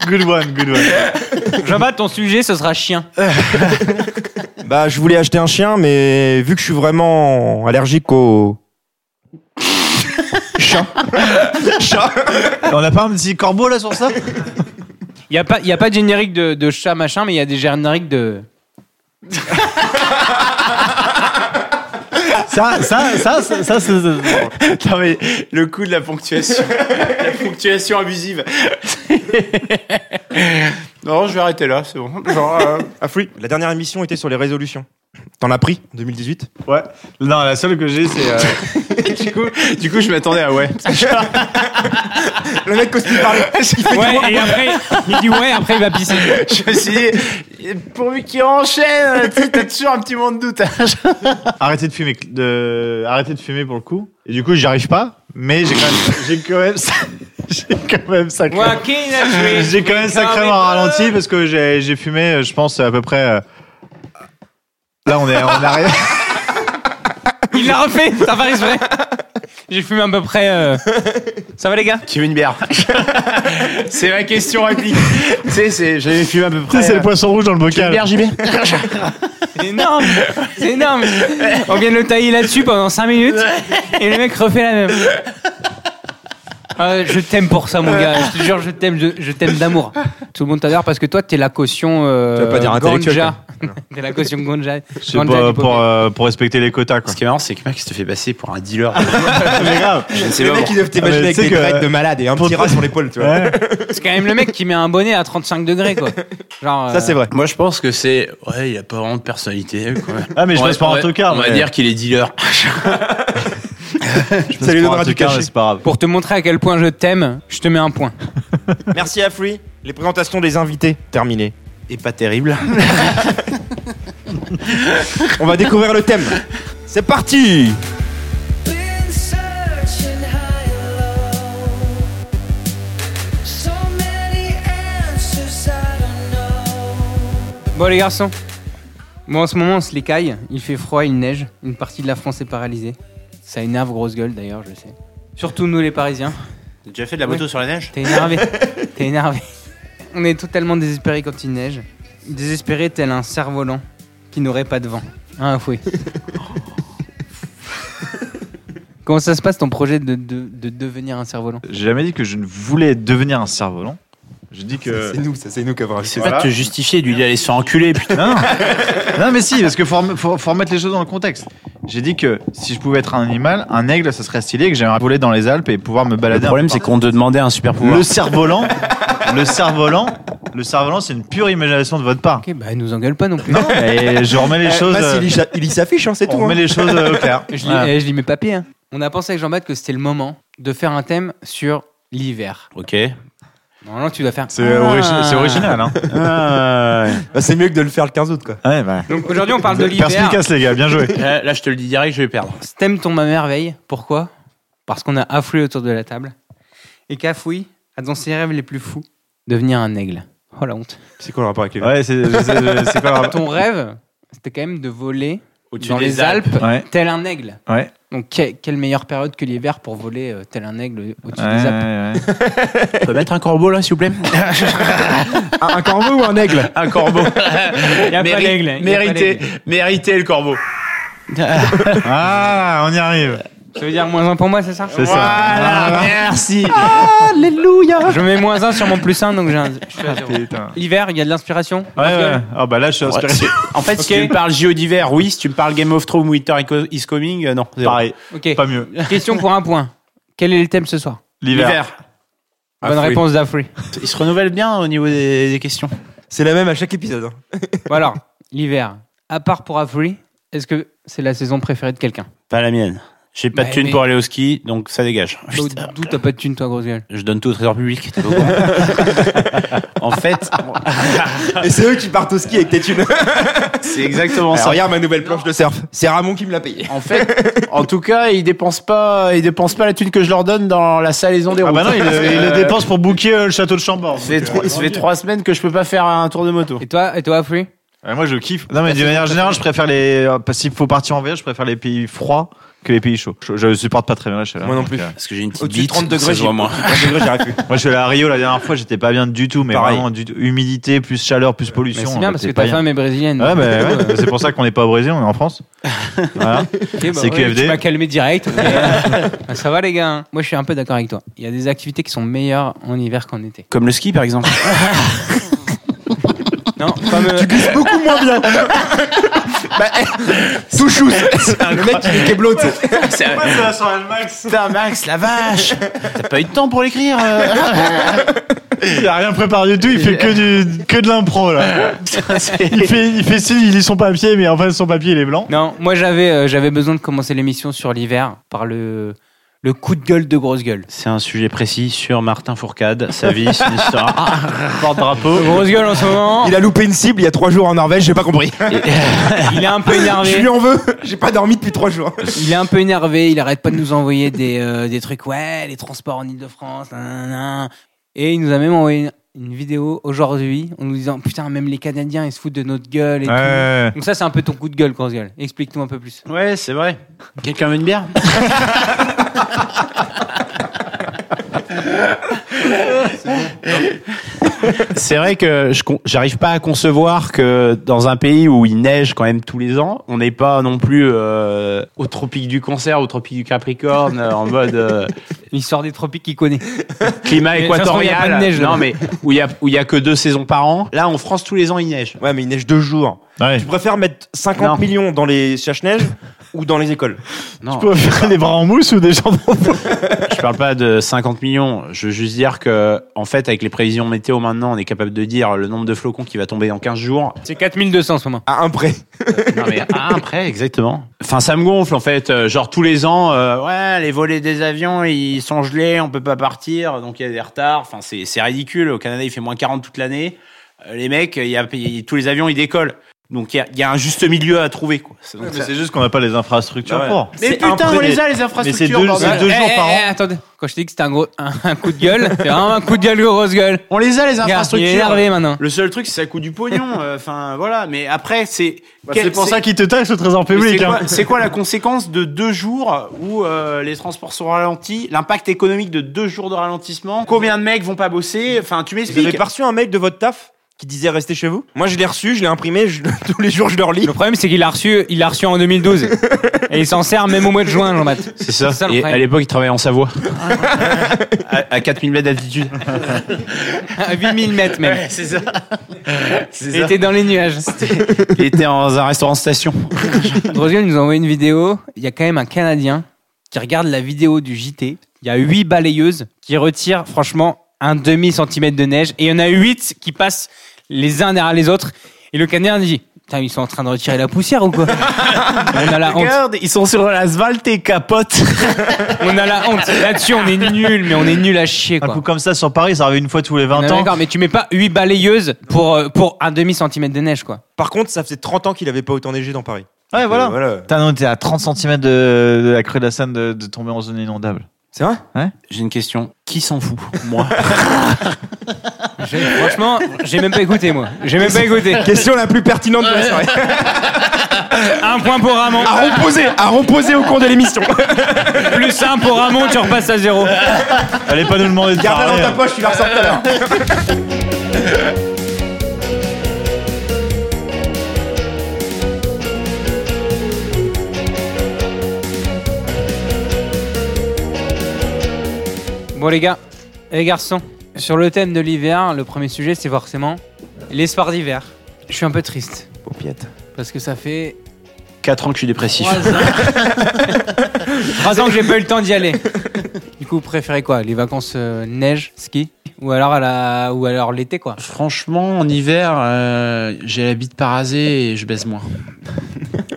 [SPEAKER 10] Good one, good one.
[SPEAKER 3] Jean-Baptiste, ton sujet, ce sera chien.
[SPEAKER 4] bah, je voulais acheter un chien, mais vu que je suis vraiment allergique au. Chien. Chat.
[SPEAKER 10] On n'a pas un petit corbeau là sur ça
[SPEAKER 3] Il n'y a, pas- y a pas de générique de, de chat machin, mais il y a des génériques de.
[SPEAKER 10] Ça, ça, ça, ça, ça, c'est.
[SPEAKER 2] Non mais le coup de la ponctuation, la ponctuation abusive. non, je vais arrêter là, c'est bon.
[SPEAKER 4] Genre, euh, à fruit. La dernière émission était sur les résolutions. T'en as pris 2018
[SPEAKER 10] Ouais. Non, la seule que j'ai, c'est. euh,
[SPEAKER 2] du coup, du coup, je m'attendais à ouais.
[SPEAKER 4] Le mec cause qui parle.
[SPEAKER 3] Ouais, et après, il dit ouais, après il va pisser.
[SPEAKER 2] Je me suis dit, pourvu qu'il enchaîne, tu sais, t'as toujours un petit moment de doute. hein.
[SPEAKER 10] Arrêtez de fumer, cl- de... Arrêtez de fumer pour le coup. Et du coup, j'y arrive pas, mais j'ai quand même, j'ai quand même, ça- j'ai quand même ça. J'ai quand même sacrément ralenti parce que j'ai j'ai fumé, euh, je pense, à peu près. euh, Là, on est, on arrive.
[SPEAKER 3] Il l'a refait, ça va exprès. J'ai fumé à peu près. euh, Ça va les gars
[SPEAKER 2] Tu veux une bière C'est ma question réplique. tu sais, c'est- j'avais fumé à peu
[SPEAKER 10] Tu
[SPEAKER 2] près.
[SPEAKER 10] sais, c'est le
[SPEAKER 2] euh,
[SPEAKER 10] poisson rouge dans le
[SPEAKER 2] tu veux une
[SPEAKER 10] bocal.
[SPEAKER 2] bière, JB
[SPEAKER 3] C'est énorme C'est énorme On vient de le tailler là-dessus pendant 5 minutes et le mec refait la même. Ah, je t'aime pour ça, mon gars. Je te jure, je t'aime, je, je t'aime d'amour. Tout le monde t'adore parce que toi, t'es la caution. Euh,
[SPEAKER 4] Tu vas pas dire intellectuel,
[SPEAKER 3] ganja. T'es la caution Ganja.
[SPEAKER 10] C'est pas pour, euh, pour respecter les quotas, quoi.
[SPEAKER 2] Ce qui est marrant, c'est que Max te fait passer pour un dealer.
[SPEAKER 10] C'est grave.
[SPEAKER 2] C'est
[SPEAKER 4] Les mecs, ils doivent
[SPEAKER 10] Ah,
[SPEAKER 4] t'imaginer
[SPEAKER 10] mais
[SPEAKER 4] avec
[SPEAKER 10] tu sais
[SPEAKER 4] des
[SPEAKER 10] que-
[SPEAKER 4] dreads de malade et un petit rat sur l'épaule, tu vois.
[SPEAKER 10] Ouais.
[SPEAKER 3] C'est quand même le mec qui met un bonnet à 35 degrés, quoi. Genre, euh,
[SPEAKER 4] Ça, c'est vrai.
[SPEAKER 2] Moi, je pense que c'est. Ouais, il a pas vraiment de personnalité. Quoi.
[SPEAKER 10] Ah, mais je
[SPEAKER 2] On
[SPEAKER 10] passe
[SPEAKER 2] va-
[SPEAKER 10] par
[SPEAKER 2] on
[SPEAKER 10] un
[SPEAKER 2] va-
[SPEAKER 10] tocard.
[SPEAKER 2] On va
[SPEAKER 10] mais-
[SPEAKER 2] dire qu'il est dealer.
[SPEAKER 10] je passe
[SPEAKER 4] ça
[SPEAKER 10] par
[SPEAKER 4] lui
[SPEAKER 10] un
[SPEAKER 4] donnera du
[SPEAKER 10] tocard,
[SPEAKER 4] cachet.
[SPEAKER 10] mais C'est pas grave.
[SPEAKER 3] Pour te montrer à quel point je t'aime, je te mets un point.
[SPEAKER 4] Merci à Free. Les présentations des invités, terminées.
[SPEAKER 2] Et pas terrible.
[SPEAKER 4] On va découvrir le thème. C'est parti
[SPEAKER 3] Bon, les garçons. Bon, en ce moment, on se les caille. Il fait froid, il neige. Une partie de la France est paralysée. Ça énerve grosse gueule, d'ailleurs, je sais. Surtout nous, les Parisiens.
[SPEAKER 2] T'as déjà fait de la
[SPEAKER 3] moto
[SPEAKER 2] sur la neige
[SPEAKER 3] T'es énervé. T'es énervé. On est totalement désespérés quand il neige. Désespéré tel un cerf-volant qui n'aurait pas de vent. Ah, fouet. Comment ça se passe ton projet de, de- de devenir un cerf-volant
[SPEAKER 10] J'ai jamais dit que je ne voulais devenir un cerf-volant. J'ai dit
[SPEAKER 4] Ça,
[SPEAKER 10] que.
[SPEAKER 4] C'est nous, ça c'est nous qui avons
[SPEAKER 2] C'est
[SPEAKER 4] rajouté.
[SPEAKER 10] Voilà.
[SPEAKER 2] pas de te justifier, lui, d'aller se faire enculer, putain.
[SPEAKER 10] Non, non. Non, mais si, parce que faut, rem- faut- faut remettre les choses dans le contexte. J'ai dit que si je pouvais être un animal, un aigle, ça serait stylé, et que j'aimerais voler dans les Alpes et pouvoir me
[SPEAKER 2] Le
[SPEAKER 10] balader. un
[SPEAKER 2] problème,
[SPEAKER 10] peu
[SPEAKER 2] c'est qu'on te demandait un super
[SPEAKER 10] partout.
[SPEAKER 2] pouvoir.
[SPEAKER 10] le cerf-volant, le cerf-volant, le cerf-volant, c'est une pure imagination de votre part.
[SPEAKER 3] Ok, bah, elle nous engueule pas non plus.
[SPEAKER 10] Et je remets les
[SPEAKER 4] Eh,
[SPEAKER 10] choses.
[SPEAKER 4] Mass,
[SPEAKER 10] euh,
[SPEAKER 4] il y sa- il y s'affiche, hein, c'est
[SPEAKER 10] on
[SPEAKER 4] tout.
[SPEAKER 10] remet
[SPEAKER 4] hein.
[SPEAKER 10] les choses euh, au clair.
[SPEAKER 3] Je lis,
[SPEAKER 10] Voilà.
[SPEAKER 3] eh, je lis mes papiers. hein. On a pensé avec Jean-Baptiste que c'était le moment de faire un thème sur l'hiver.
[SPEAKER 2] Ok.
[SPEAKER 3] Normalement, tu dois faire.
[SPEAKER 10] C'est euh,
[SPEAKER 3] Ah.
[SPEAKER 10] origi- c'est original. Hein.
[SPEAKER 4] Bah, c'est mieux que de le faire le 15 août, quoi.
[SPEAKER 10] Ouais, bah.
[SPEAKER 3] Donc aujourd'hui, on parle de l'hiver.
[SPEAKER 10] Perspicace, les gars, bien joué.
[SPEAKER 2] Euh, Là, là, je te le dis direct, je vais perdre.
[SPEAKER 3] Ce thème tombe à merveille. Pourquoi Parce qu'on a affoué autour de la table et qu'Afoui a dans ses rêves les plus fous devenir un aigle. Oh la honte.
[SPEAKER 4] C'est quoi le rapport avec les
[SPEAKER 10] Ouais, c'est c'est- c'est pas grave.
[SPEAKER 3] Ton rêve, c'était quand même de voler
[SPEAKER 2] Au-dessus
[SPEAKER 3] dans
[SPEAKER 2] des
[SPEAKER 3] les Alpes,
[SPEAKER 10] Ouais,
[SPEAKER 3] tel un aigle.
[SPEAKER 10] ouais. ouais,
[SPEAKER 3] Donc que- quelle meilleure période que l'hiver pour voler euh, tel un aigle au-dessus des Alpes
[SPEAKER 10] ouais, ouais.
[SPEAKER 2] On peut mettre un corbeau, là, s'il vous plaît
[SPEAKER 4] Un, un corbeau ou un aigle
[SPEAKER 2] Un corbeau.
[SPEAKER 3] Il y a pas
[SPEAKER 2] Méri-
[SPEAKER 3] d'aigle, hein. il y a pas
[SPEAKER 2] Méritez, méritez le corbeau.
[SPEAKER 10] Ah, on y arrive.
[SPEAKER 3] Ça veut dire moins un pour moi, c'est ça
[SPEAKER 10] C'est ça.
[SPEAKER 2] Voilà, merci.
[SPEAKER 3] Je mets moins un sur mon plus un, donc j'ai un- je suis à zéro.
[SPEAKER 10] Ah, Putain.
[SPEAKER 3] L'hiver, il y a de l'inspiration.
[SPEAKER 10] Ouais, ouais. Ah, bah là, je suis inspiré.
[SPEAKER 2] Ouais, En fait, si tu me parles JO d'hiver, oui. Si tu me parles Game of Thrones, Winter is Coming, euh, non. zéro.
[SPEAKER 10] Pareil,
[SPEAKER 3] Ok.
[SPEAKER 10] pas mieux.
[SPEAKER 3] Question pour un point. Quel est le thème ce soir
[SPEAKER 10] L'hiver.
[SPEAKER 2] L'hiver.
[SPEAKER 3] Bonne
[SPEAKER 4] Affoué.
[SPEAKER 3] réponse d'Afri.
[SPEAKER 2] Il se renouvelle bien au niveau des, des questions.
[SPEAKER 4] C'est la même à chaque épisode. hein.
[SPEAKER 3] Bon alors, l'hiver. À part pour Afri, est-ce que c'est la saison préférée de quelqu'un
[SPEAKER 2] Pas la mienne. J'ai pas
[SPEAKER 4] Bah,
[SPEAKER 3] Ouais,
[SPEAKER 2] de thune
[SPEAKER 3] mais-
[SPEAKER 2] pour aller au ski, donc ça dégage.
[SPEAKER 3] D'où
[SPEAKER 2] Putain.
[SPEAKER 3] d'où t'as pas de thune, toi, grosse gueule
[SPEAKER 2] Je donne tout au trésor public. t'es pas au courant. en fait,
[SPEAKER 4] Et c'est eux qui partent au ski avec tes thunes.
[SPEAKER 2] c'est exactement
[SPEAKER 4] Alors,
[SPEAKER 2] ça.
[SPEAKER 4] regarde ma nouvelle planche de surf. C'est Ramon qui me l'a payée.
[SPEAKER 2] En fait, en tout cas, ils dépensent pas, ils dépensent pas la thune que je leur donne dans la salaison des
[SPEAKER 10] Ah,
[SPEAKER 2] routes.
[SPEAKER 10] bah non, il,
[SPEAKER 2] Parce que,
[SPEAKER 10] il le
[SPEAKER 2] euh,
[SPEAKER 10] dépense pour bouquer euh, le château de Chambord.
[SPEAKER 2] Ça fait,
[SPEAKER 10] Donc,
[SPEAKER 2] trois,
[SPEAKER 10] euh,
[SPEAKER 2] ça fait trois semaines que je peux pas faire un tour de moto.
[SPEAKER 3] Et toi, et toi Afri
[SPEAKER 10] Ouais, moi, je kiffe. Non, mais d'une manière générale, je préfère les. euh, parce qu'il faut partir en voyage, je préfère les pays froids que les pays chauds. Je, je supporte pas très bien la chaleur.
[SPEAKER 4] Moi non
[SPEAKER 10] Donc,
[SPEAKER 4] plus.
[SPEAKER 10] euh,
[SPEAKER 2] Parce que j'ai une petite
[SPEAKER 4] Au-dessus de
[SPEAKER 2] bite,
[SPEAKER 4] 30
[SPEAKER 2] ça
[SPEAKER 4] degrés,
[SPEAKER 2] se
[SPEAKER 4] j'y
[SPEAKER 2] voit
[SPEAKER 4] au-dessus
[SPEAKER 2] moins.
[SPEAKER 4] de 30 degrés, j'y arrive plus.
[SPEAKER 10] Moi, je suis allé à Rio la dernière fois, j'étais pas bien du tout, mais
[SPEAKER 4] Pareil.
[SPEAKER 10] vraiment du tout. Humidité plus chaleur plus pollution.
[SPEAKER 3] Mais Bah, C'est
[SPEAKER 10] en
[SPEAKER 3] bien
[SPEAKER 10] fait,
[SPEAKER 3] parce
[SPEAKER 10] t'es
[SPEAKER 3] que
[SPEAKER 10] pas
[SPEAKER 3] ta
[SPEAKER 10] bien.
[SPEAKER 3] femme est brésilienne.
[SPEAKER 10] Ouais, bah, ouais, bah, c'est pour ça qu'on n'est pas au Brésil, on est en France. Voilà.
[SPEAKER 3] Ok, bah
[SPEAKER 10] c'est
[SPEAKER 3] ouais,
[SPEAKER 10] QFD.
[SPEAKER 3] Tu m'as calmé direct. ok. Ah, ça va les gars. hein. Moi je suis un peu d'accord avec toi. Il y a des activités qui sont meilleures en hiver qu'en été.
[SPEAKER 2] Comme le ski, par exemple.
[SPEAKER 3] Non, pas me-
[SPEAKER 4] C'est beaucoup moins bien. bah, eh, tout chousse. Le mec, il est keblo, tu sais.
[SPEAKER 2] Putain, Max, la vache T'as pas eu de temps pour l'écrire euh.
[SPEAKER 10] Il a rien préparé du tout, il fait que, du, que de l'impro là. Il fait, il fait signe, il lit son papier, mais en fait son papier il est blanc.
[SPEAKER 3] Non, moi j'avais euh, j'avais besoin de commencer l'émission sur l'hiver par le le coup de gueule de grosse gueule.
[SPEAKER 2] C'est un sujet précis sur Martin Fourcade, sa vie, son histoire.
[SPEAKER 10] Porte-drapeau.
[SPEAKER 3] Grosse gueule en ce moment.
[SPEAKER 4] Il a loupé une cible il y a trois jours en Norvège, j'ai pas compris.
[SPEAKER 3] Il est un peu
[SPEAKER 4] Je
[SPEAKER 3] énervé.
[SPEAKER 4] lui en veux, j'ai pas dormi depuis trois jours.
[SPEAKER 3] Il est un peu énervé. Il arrête pas de nous envoyer des, euh, des trucs. Ouais, les transports en Ile-de-France. nanana. Et il nous a même envoyé une, une vidéo aujourd'hui en nous disant Putain, même les Canadiens, ils se foutent de notre gueule. Et tout. Donc, ça, c'est un peu ton coup de gueule, grosse gueule. Explique-nous un peu plus.
[SPEAKER 2] Ouais, c'est vrai. Quelqu'un veut une bière C'est vrai que je con- j'arrive pas à concevoir que dans un pays où il neige quand même tous les ans, on n'est pas non plus euh, au tropique du cancer, au tropique du capricorne, euh, en mode euh,
[SPEAKER 3] Il sort des tropiques qu'il connaît.
[SPEAKER 2] climat
[SPEAKER 3] Mais ça se trouve, il y a pas de
[SPEAKER 2] équatorial.
[SPEAKER 3] neige, là-bas.
[SPEAKER 2] non mais où il y a où il y a que deux saisons par an. Là, en France, tous les ans, il neige.
[SPEAKER 4] Ouais, mais il neige deux jours.
[SPEAKER 10] Ouais.
[SPEAKER 4] Tu préfères mettre 50
[SPEAKER 2] Non.
[SPEAKER 4] millions dans les cherche-neige ou dans les écoles
[SPEAKER 2] Non,
[SPEAKER 10] Tu peux faire des bras en mousse ou des jambes en
[SPEAKER 2] je parle pas de 50 millions. Je veux juste dire que, en fait, avec les prévisions météo maintenant, on est capable de dire le nombre de flocons qui va tomber dans 15 jours.
[SPEAKER 3] C'est 4200 en ce moment.
[SPEAKER 4] À un prêt.
[SPEAKER 2] Non, mais à un près, exactement. Enfin, ça me gonfle, en fait. Euh, Genre, tous les ans, euh, ouais, les volets des avions, ils sont gelés, on peut pas partir, donc il y a des retards. Enfin, c'est c'est ridicule. Au Canada, il fait moins 40 toute l'année. Euh, les mecs, il y a, il- tous les avions, ils décollent. Donc, il y a, il y a un juste milieu à trouver, quoi. C'est- donc ça-
[SPEAKER 10] C'est juste qu'on n'a pas les infrastructures
[SPEAKER 4] Ah ouais.
[SPEAKER 10] pour.
[SPEAKER 2] Mais
[SPEAKER 4] c'est
[SPEAKER 2] putain,
[SPEAKER 4] impré-
[SPEAKER 2] on les a, les
[SPEAKER 10] c'est
[SPEAKER 2] infrastructures,
[SPEAKER 10] deux-
[SPEAKER 2] bordel.
[SPEAKER 10] c'est deux
[SPEAKER 3] Eh,
[SPEAKER 10] jours
[SPEAKER 3] eh,
[SPEAKER 10] par
[SPEAKER 3] eh,
[SPEAKER 10] an.
[SPEAKER 3] Attendez, quand je t'ai dit que c'était un, gros, un, un coup de gueule, c'est vraiment un coup de gueule, grosse gueule.
[SPEAKER 2] On les a, les
[SPEAKER 3] Regarde, Il est
[SPEAKER 2] infrastructures.
[SPEAKER 3] énervé maintenant.
[SPEAKER 2] Le seul truc, c'est que ça coûte du pognon. euh, Enfin, voilà. Mais après, c'est. quel-
[SPEAKER 10] Bah, C'est pour ça qu'il te taxe au trésor
[SPEAKER 2] mais c'est
[SPEAKER 10] public. hein.
[SPEAKER 2] quoi, c'est quoi la conséquence de deux jours où euh, les transports sont ralentis, l'impact économique de deux jours de ralentissement Combien de mecs vont pas bosser Enfin, tu
[SPEAKER 4] Vous avez
[SPEAKER 2] m'expliques.
[SPEAKER 4] pas reçu un mail de votre taf qui disait restez chez vous. Moi, je l'ai reçu, je l'ai imprimé, je- tous les jours je le relis.
[SPEAKER 3] Le problème, c'est qu'il l'a reçu, il l'a reçu en 2012. et il s'en sert même au mois de juin, Jean-Baptiste.
[SPEAKER 2] C'est ça.
[SPEAKER 3] ça, le
[SPEAKER 2] Et
[SPEAKER 3] problème.
[SPEAKER 2] à l'époque, il travaillait en Savoie. à, à 4000 mètres d'altitude.
[SPEAKER 3] À 8000 mètres, même.
[SPEAKER 2] c'est ça. C'est
[SPEAKER 3] Il
[SPEAKER 2] ça.
[SPEAKER 3] était dans les nuages.
[SPEAKER 2] Il était dans un restaurant station.
[SPEAKER 3] Drosio nous a envoyé une vidéo. Il y a quand même un Canadien qui regarde la vidéo du JT. Il y a huit balayeuses qui retirent, franchement, un demi-centimètre de neige. Et il y en a huit qui passent les uns derrière les autres. Et le Canadien dit Putain, ils sont en train de retirer la poussière ou quoi On
[SPEAKER 10] Ah,
[SPEAKER 3] a la honte.
[SPEAKER 2] ils sont sur l'asphalte et capote.
[SPEAKER 3] On a la honte. Là-dessus, on est nul, mais on est nul à chier,
[SPEAKER 10] Un coup
[SPEAKER 3] quoi.
[SPEAKER 10] comme ça sur Paris, ça arrive une fois tous les 20
[SPEAKER 3] Non, mais
[SPEAKER 10] ans.
[SPEAKER 3] D'accord, mais tu mets pas huit balayeuses pour, euh, pour un demi-centimètre de neige, quoi.
[SPEAKER 4] Par contre, ça faisait 30 ans qu'il avait pas autant neigé dans Paris.
[SPEAKER 10] Ouais,
[SPEAKER 4] Euh,
[SPEAKER 10] voilà. Putain, non, t'es à 30 cm de, de la crue de la Seine de, de tomber en zone inondable.
[SPEAKER 4] C'est vrai
[SPEAKER 2] J'ai une question. Qui s'en fout Moi.
[SPEAKER 3] J'ai- Franchement, j'ai même pas écouté, moi. J'ai même pas écouté.
[SPEAKER 4] Question la plus pertinente de la soirée.
[SPEAKER 3] Un point pour Ramon.
[SPEAKER 10] Ah
[SPEAKER 4] À reposer, à reposer au cours de l'émission.
[SPEAKER 3] Plus un pour Ramon, tu repasses à zéro.
[SPEAKER 10] Allez pas nous demander de
[SPEAKER 4] Garde-la dans
[SPEAKER 10] parler.
[SPEAKER 4] ta poche, tu la ressors tout à l'heure.
[SPEAKER 3] Bon les gars, les garçons, sur le thème de l'hiver, le premier sujet c'est forcément les sports d'hiver. Je suis un peu triste parce que ça fait
[SPEAKER 2] 4 ans que je suis dépressif.
[SPEAKER 3] 3 ans, Trois ans que j'ai pas eu le temps d'y aller. Du coup, vous préférez quoi Les vacances euh, neige, ski ou alors à la ou alors l'été quoi
[SPEAKER 2] Franchement, en hiver, euh, j'ai la bite parasée et je baise moins.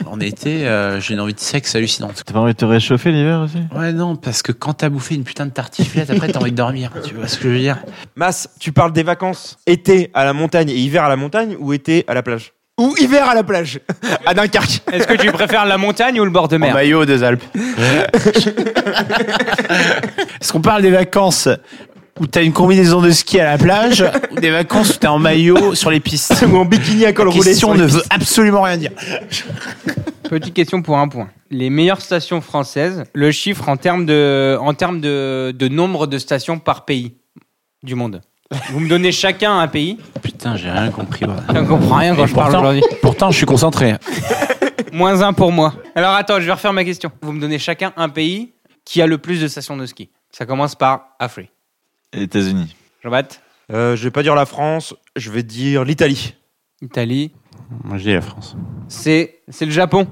[SPEAKER 2] en été, euh, j'ai une envie de sexe hallucinante.
[SPEAKER 10] T'as pas envie de te réchauffer l'hiver aussi
[SPEAKER 2] Ouais, non, parce que quand t'as bouffé une putain de tartiflette, après t'as envie de dormir. Tu vois ce que je veux dire
[SPEAKER 4] Mas, tu parles des vacances été à la montagne et hiver à la montagne ou été à la plage Ou hiver à la plage À Dunkerque.
[SPEAKER 3] Est-ce que tu préfères la montagne ou le bord de mer
[SPEAKER 2] maillot des Alpes. Est-ce qu'on parle des vacances où t'as une combinaison de ski à la plage ou des vacances où t'es en maillot sur les pistes
[SPEAKER 4] Ou en bikini à col
[SPEAKER 2] La
[SPEAKER 4] roulé sur
[SPEAKER 2] question
[SPEAKER 4] les
[SPEAKER 2] ne
[SPEAKER 4] pistes.
[SPEAKER 2] veut absolument rien dire.
[SPEAKER 3] Petite question pour un point. Les meilleures stations françaises, le chiffre en termes de, en termes de, de nombre de stations par pays du monde. Vous me donnez chacun un pays.
[SPEAKER 2] Putain, j'ai rien compris. bordel.
[SPEAKER 3] Je ne comprends rien quand
[SPEAKER 2] Et
[SPEAKER 3] je parle
[SPEAKER 2] pourtant-
[SPEAKER 3] aujourd'hui.
[SPEAKER 2] Pourtant, je suis concentré.
[SPEAKER 3] Moins un pour moi. Alors attends, je vais refaire ma question. Vous me donnez chacun un pays qui a le plus de stations de ski. Ça commence par Afrique.
[SPEAKER 10] Les États-Unis.
[SPEAKER 3] Jean-Baptiste,
[SPEAKER 4] Euh, je vais pas dire la France, je vais dire l'Italie.
[SPEAKER 3] Italie.
[SPEAKER 2] Moi, je dis la France.
[SPEAKER 3] C'est, c'est le Japon.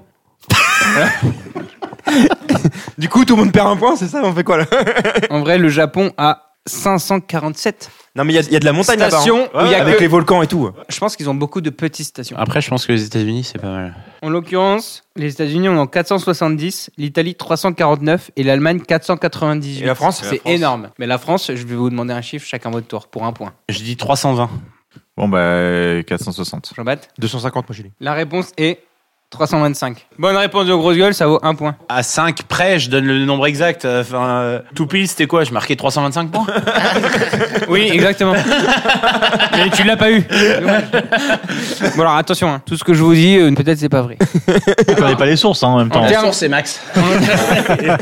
[SPEAKER 4] Du coup, tout le monde perd un point, c'est ça On fait quoi là
[SPEAKER 3] En vrai, le Japon a 547.
[SPEAKER 4] Non, mais il y a- il y, a de la montagne là-bas.
[SPEAKER 3] Stations
[SPEAKER 4] hein.
[SPEAKER 3] où il y a
[SPEAKER 4] Avec
[SPEAKER 3] que-
[SPEAKER 4] les volcans et tout.
[SPEAKER 3] Je pense qu'ils ont beaucoup de petites stations.
[SPEAKER 2] Après, je pense que les États-Unis, c'est pas mal.
[SPEAKER 3] En l'occurrence, les États-Unis en ont 470, l'Italie 349 et l'Allemagne 498.
[SPEAKER 4] Et la France
[SPEAKER 3] C'est énorme. Mais la France, je vais vous demander un chiffre chacun votre tour pour un point.
[SPEAKER 2] Je dis 320.
[SPEAKER 1] Bon, bah, euh, 460.
[SPEAKER 3] Jean-Baptiste
[SPEAKER 4] 250, moi j'ai lu.
[SPEAKER 3] La réponse est 325. Bonne réponse de grosse gueule, ça vaut un point.
[SPEAKER 2] À 5 près, je donne le nombre exact. Enfin, euh, tout pile, c'était quoi Je marquais 325 points
[SPEAKER 3] Oui, exactement. Mais tu l'as pas eu. Dommage. Bon alors attention, hein. tout ce que je vous dis, euh, peut-être c'est pas vrai.
[SPEAKER 10] Tu connais pas les sources hein, en même temps.
[SPEAKER 3] termes-
[SPEAKER 2] c'est Max.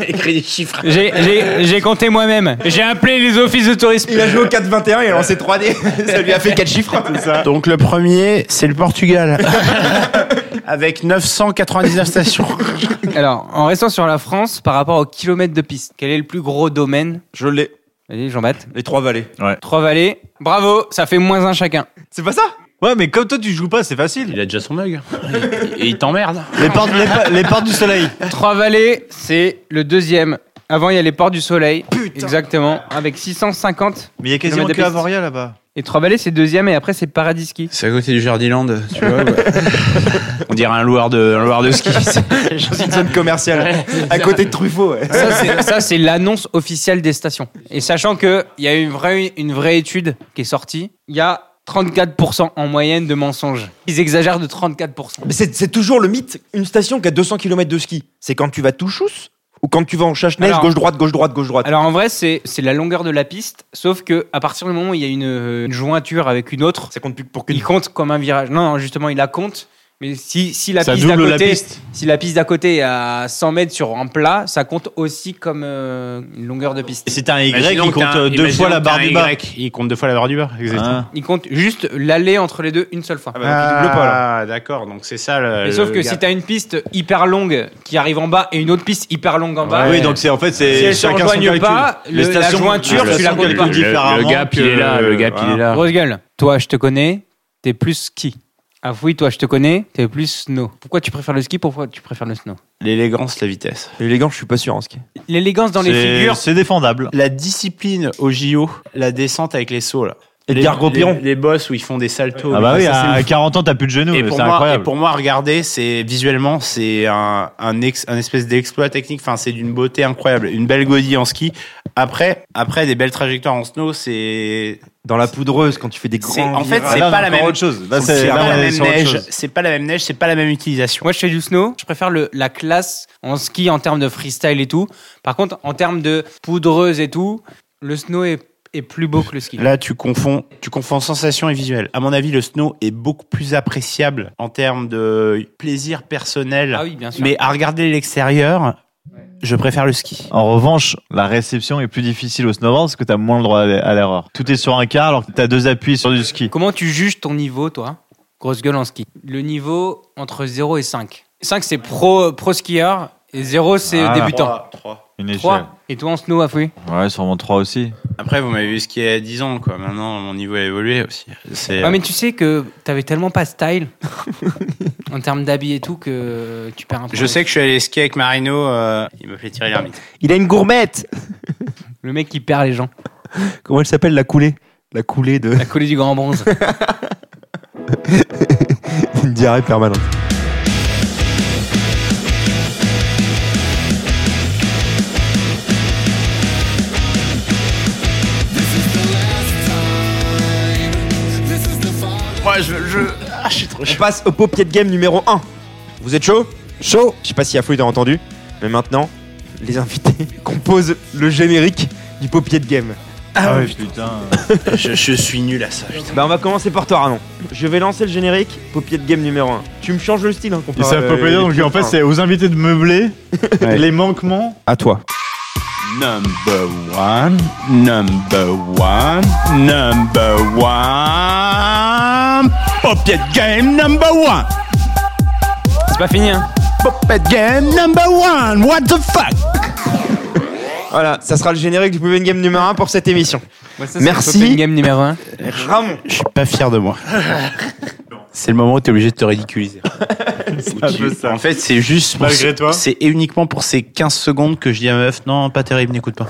[SPEAKER 2] Écris des chiffres.
[SPEAKER 3] J'ai- J'ai j'ai compté moi-même. J'ai appelé les offices de tourisme.
[SPEAKER 4] Il a joué au 4-21, il a lancé 3D, ça lui a fait 4 chiffres.
[SPEAKER 2] Donc le premier, c'est le Portugal. Avec 999 stations.
[SPEAKER 3] Alors, en restant sur la France, par rapport aux kilomètres de piste, quel est le plus gros domaine
[SPEAKER 4] Je l'ai,
[SPEAKER 3] Vas-y, Jean-Baptiste.
[SPEAKER 4] les 3 vallées.
[SPEAKER 3] Trois vallées. Bravo, ça fait moins un chacun.
[SPEAKER 4] C'est pas ça
[SPEAKER 10] Ouais, mais comme toi tu joues pas, c'est facile.
[SPEAKER 2] Il a déjà son mug. Et il t'emmerde.
[SPEAKER 10] Les portes, les, pa- les portes du soleil.
[SPEAKER 3] Trois vallées, c'est le deuxième. Avant, il y a les ports du soleil. Exactement. Avec 650.
[SPEAKER 10] Mais il y a
[SPEAKER 3] quasiment
[SPEAKER 10] quasiment
[SPEAKER 3] que
[SPEAKER 10] que
[SPEAKER 3] Avoria,
[SPEAKER 10] Avoria là-bas.
[SPEAKER 3] Et Trois vallées, c'est deuxième. Et après, c'est Paradiski.
[SPEAKER 2] C'est à côté du Jardiland, tu vois. On dirait un loueur de, un loueur de ski.
[SPEAKER 4] C'est une zone commerciale, à côté de Truffaut. ouais.
[SPEAKER 3] Ça, c'est- Ça, c'est l'annonce officielle des stations. Et sachant qu'il y a une vraie, une vraie étude qui est sortie, il y a 34% en moyenne de mensonges. Ils exagèrent de 34%.
[SPEAKER 4] Mais c'est c'est toujours le mythe, une station qui a 200 km de ski, c'est quand tu vas tout chousse ou quand tu vas en chasse-neige,
[SPEAKER 3] Alors-
[SPEAKER 4] gauche-droite, gauche-droite, gauche-droite
[SPEAKER 3] Alors en vrai, c'est c'est la longueur de la piste, sauf que à partir du moment où il y a une, euh, une jointure avec une autre,
[SPEAKER 4] Ça compte plus que pour qu'une
[SPEAKER 3] Il compte comme un virage. Non, non, justement, il la compte. Mais si, si la
[SPEAKER 10] Ça
[SPEAKER 3] piste d'à
[SPEAKER 10] double la
[SPEAKER 3] côté,
[SPEAKER 10] piste.
[SPEAKER 3] si la piste d'à côté est à 100 mètres sur un plat, ça compte aussi comme euh, une longueur de piste.
[SPEAKER 10] C'est un Y,
[SPEAKER 2] Imaginons
[SPEAKER 10] il
[SPEAKER 2] que t'as
[SPEAKER 10] compte
[SPEAKER 2] un-
[SPEAKER 10] euh, deux
[SPEAKER 2] imaginons
[SPEAKER 10] fois la
[SPEAKER 2] que t'as
[SPEAKER 10] barre
[SPEAKER 2] un
[SPEAKER 10] du bas.
[SPEAKER 2] Y, Il compte deux fois la barre du bas, exactement.
[SPEAKER 10] Ah.
[SPEAKER 3] Il compte juste l'aller entre les deux une seule fois.
[SPEAKER 2] Ah, bah, donc, il double pas, là. d'accord, donc c'est ça le.
[SPEAKER 3] Et sauf
[SPEAKER 2] le
[SPEAKER 3] que
[SPEAKER 2] gap.
[SPEAKER 3] si t'as une piste hyper longue qui arrive en bas et une autre piste hyper longue en bas.
[SPEAKER 10] Oui, donc c'est en fait
[SPEAKER 3] Si
[SPEAKER 10] c'est
[SPEAKER 3] elles se
[SPEAKER 10] chacun son
[SPEAKER 3] rejoignent
[SPEAKER 10] calcul.
[SPEAKER 3] pas, le-
[SPEAKER 10] Les
[SPEAKER 3] la
[SPEAKER 10] stations-
[SPEAKER 3] jointure,
[SPEAKER 10] les
[SPEAKER 3] tu la
[SPEAKER 10] stations
[SPEAKER 3] comptes pas.
[SPEAKER 10] calculent différemment que, euh, voilà.
[SPEAKER 3] Grosse gueule, toi je te connais, t'es plus ski. Ah oui, toi je te connais, t'es plus snow. Pourquoi tu préfères le ski Pourquoi tu préfères le snow
[SPEAKER 2] L'élégance, la vitesse.
[SPEAKER 4] L'élégance, je suis pas sûr en ski.
[SPEAKER 3] L'élégance dans les
[SPEAKER 2] C'est-
[SPEAKER 3] figures.
[SPEAKER 10] C'est défendable.
[SPEAKER 2] La discipline au JO, la descente avec les sauts, là.
[SPEAKER 10] Et
[SPEAKER 2] les,
[SPEAKER 10] Edgar Gopiron.
[SPEAKER 2] les, les boss où ils font des saltos.
[SPEAKER 10] Ah bah
[SPEAKER 2] Mais
[SPEAKER 10] oui,
[SPEAKER 2] ça, c'est
[SPEAKER 10] à
[SPEAKER 2] ouf.
[SPEAKER 10] 40 ans, t'as plus de genoux,
[SPEAKER 2] Et
[SPEAKER 10] c'est
[SPEAKER 2] pour, moi, et
[SPEAKER 10] incroyable.
[SPEAKER 2] pour moi, regardez, c'est visuellement, c'est un, un, ex- un espèce d'exploit technique. Enfin, c'est d'une beauté incroyable, une belle godille en ski. Après, après des belles trajectoires en snow, c'est
[SPEAKER 4] Dans la poudreuse, quand tu fais des
[SPEAKER 2] c'est-
[SPEAKER 4] grands.
[SPEAKER 2] en fait
[SPEAKER 4] virages.
[SPEAKER 2] c'est
[SPEAKER 10] Là, on
[SPEAKER 2] pas
[SPEAKER 10] est
[SPEAKER 2] la
[SPEAKER 10] encore
[SPEAKER 2] même
[SPEAKER 10] autre chose. Là,
[SPEAKER 2] c'est
[SPEAKER 10] Bah, c'est- là,
[SPEAKER 2] pas
[SPEAKER 10] on
[SPEAKER 2] la
[SPEAKER 10] est
[SPEAKER 2] même
[SPEAKER 10] sur autre
[SPEAKER 2] neige,
[SPEAKER 10] chose.
[SPEAKER 2] c'est pas la même neige, c'est pas la même utilisation.
[SPEAKER 3] Moi je fais du snow, je préfère le, la classe en ski en termes de freestyle et tout. Par contre, en termes de poudreuse et tout, le snow est, est plus beau que le ski.
[SPEAKER 2] Là, tu confonds, tu confonds sensation et visuel. À mon avis, le snow est beaucoup plus appréciable en termes de plaisir personnel.
[SPEAKER 3] Ah oui, bien sûr.
[SPEAKER 2] Mais à regarder l'extérieur, je préfère le ski.
[SPEAKER 10] En revanche, la réception est plus difficile au snowboard parce que t'as moins le droit à l'e- à l'erreur. Tout est sur un quart alors que t'as deux appuis sur du ski.
[SPEAKER 3] Comment tu juges ton niveau, toi Grosse gueule en ski. Le niveau entre 0 et 5. 5, c'est pro, pro skieur et 0, c'est
[SPEAKER 10] Ah,
[SPEAKER 3] débutant.
[SPEAKER 10] Une
[SPEAKER 3] 3. Et toi, en snow, à fouille
[SPEAKER 10] Ouais, sûrement trois aussi.
[SPEAKER 2] Après, vous m'avez vu skier à 10 ans, quoi. Maintenant, mon niveau a évolué aussi. C'est
[SPEAKER 3] Ouais, Ah, mais tu sais que t'avais tellement pas de style en termes d'habits et tout que tu perds un peu.
[SPEAKER 2] euh, Je sais que je suis allé skier avec Marino, euh, il m'a fait tirer l'ermite.
[SPEAKER 4] Il a une gourmette
[SPEAKER 3] Le mec qui perd les gens.
[SPEAKER 4] Comment elle s'appelle la coulée La coulée de
[SPEAKER 3] La collée du grand bronze.
[SPEAKER 4] une diarrhée permanente.
[SPEAKER 2] Moi, je, je, ah, je suis trop
[SPEAKER 4] On passe au pot pied de game numéro 1. Vous êtes chaud Chaud Je sais pas si Afouille t'a entendu, mais maintenant, les invités composent le générique du pot pied de game.
[SPEAKER 10] Ah, ouais, putain.
[SPEAKER 2] Je, je suis nul à ça, putain.
[SPEAKER 4] Bah on va commencer par toi Ramon. Je vais lancer le générique, pot pied de game numéro 1. Tu me changes le style hein,
[SPEAKER 10] Ils
[SPEAKER 4] comparé
[SPEAKER 10] savent
[SPEAKER 4] à-
[SPEAKER 10] pas plaider,
[SPEAKER 4] euh,
[SPEAKER 10] donc en fait,
[SPEAKER 4] enfin,
[SPEAKER 10] c'est aux invités de meubler
[SPEAKER 2] Ouais.
[SPEAKER 10] les manquements.
[SPEAKER 4] à toi.
[SPEAKER 2] Number one, number one, number one. Popiette oh, game number one.
[SPEAKER 3] C'est pas fini, hein
[SPEAKER 2] Popiette game number one. What the fuck?
[SPEAKER 4] Voilà, ça sera le générique du pot pied de game numéro 1 pour cette émission.
[SPEAKER 3] ça,
[SPEAKER 4] c'est Merci. le
[SPEAKER 3] Open
[SPEAKER 4] Open
[SPEAKER 3] game numéro 1.
[SPEAKER 4] Ramon,
[SPEAKER 2] Je suis pas fier de moi. C'est le moment où t'es obligé de te ridiculiser.
[SPEAKER 10] un peu ça.
[SPEAKER 2] En fait, c'est juste pour
[SPEAKER 10] Malgré toi.
[SPEAKER 2] C'est uniquement pour ces 15 secondes que je dis à ma meuf, non, pas terrible, n'écoute pas.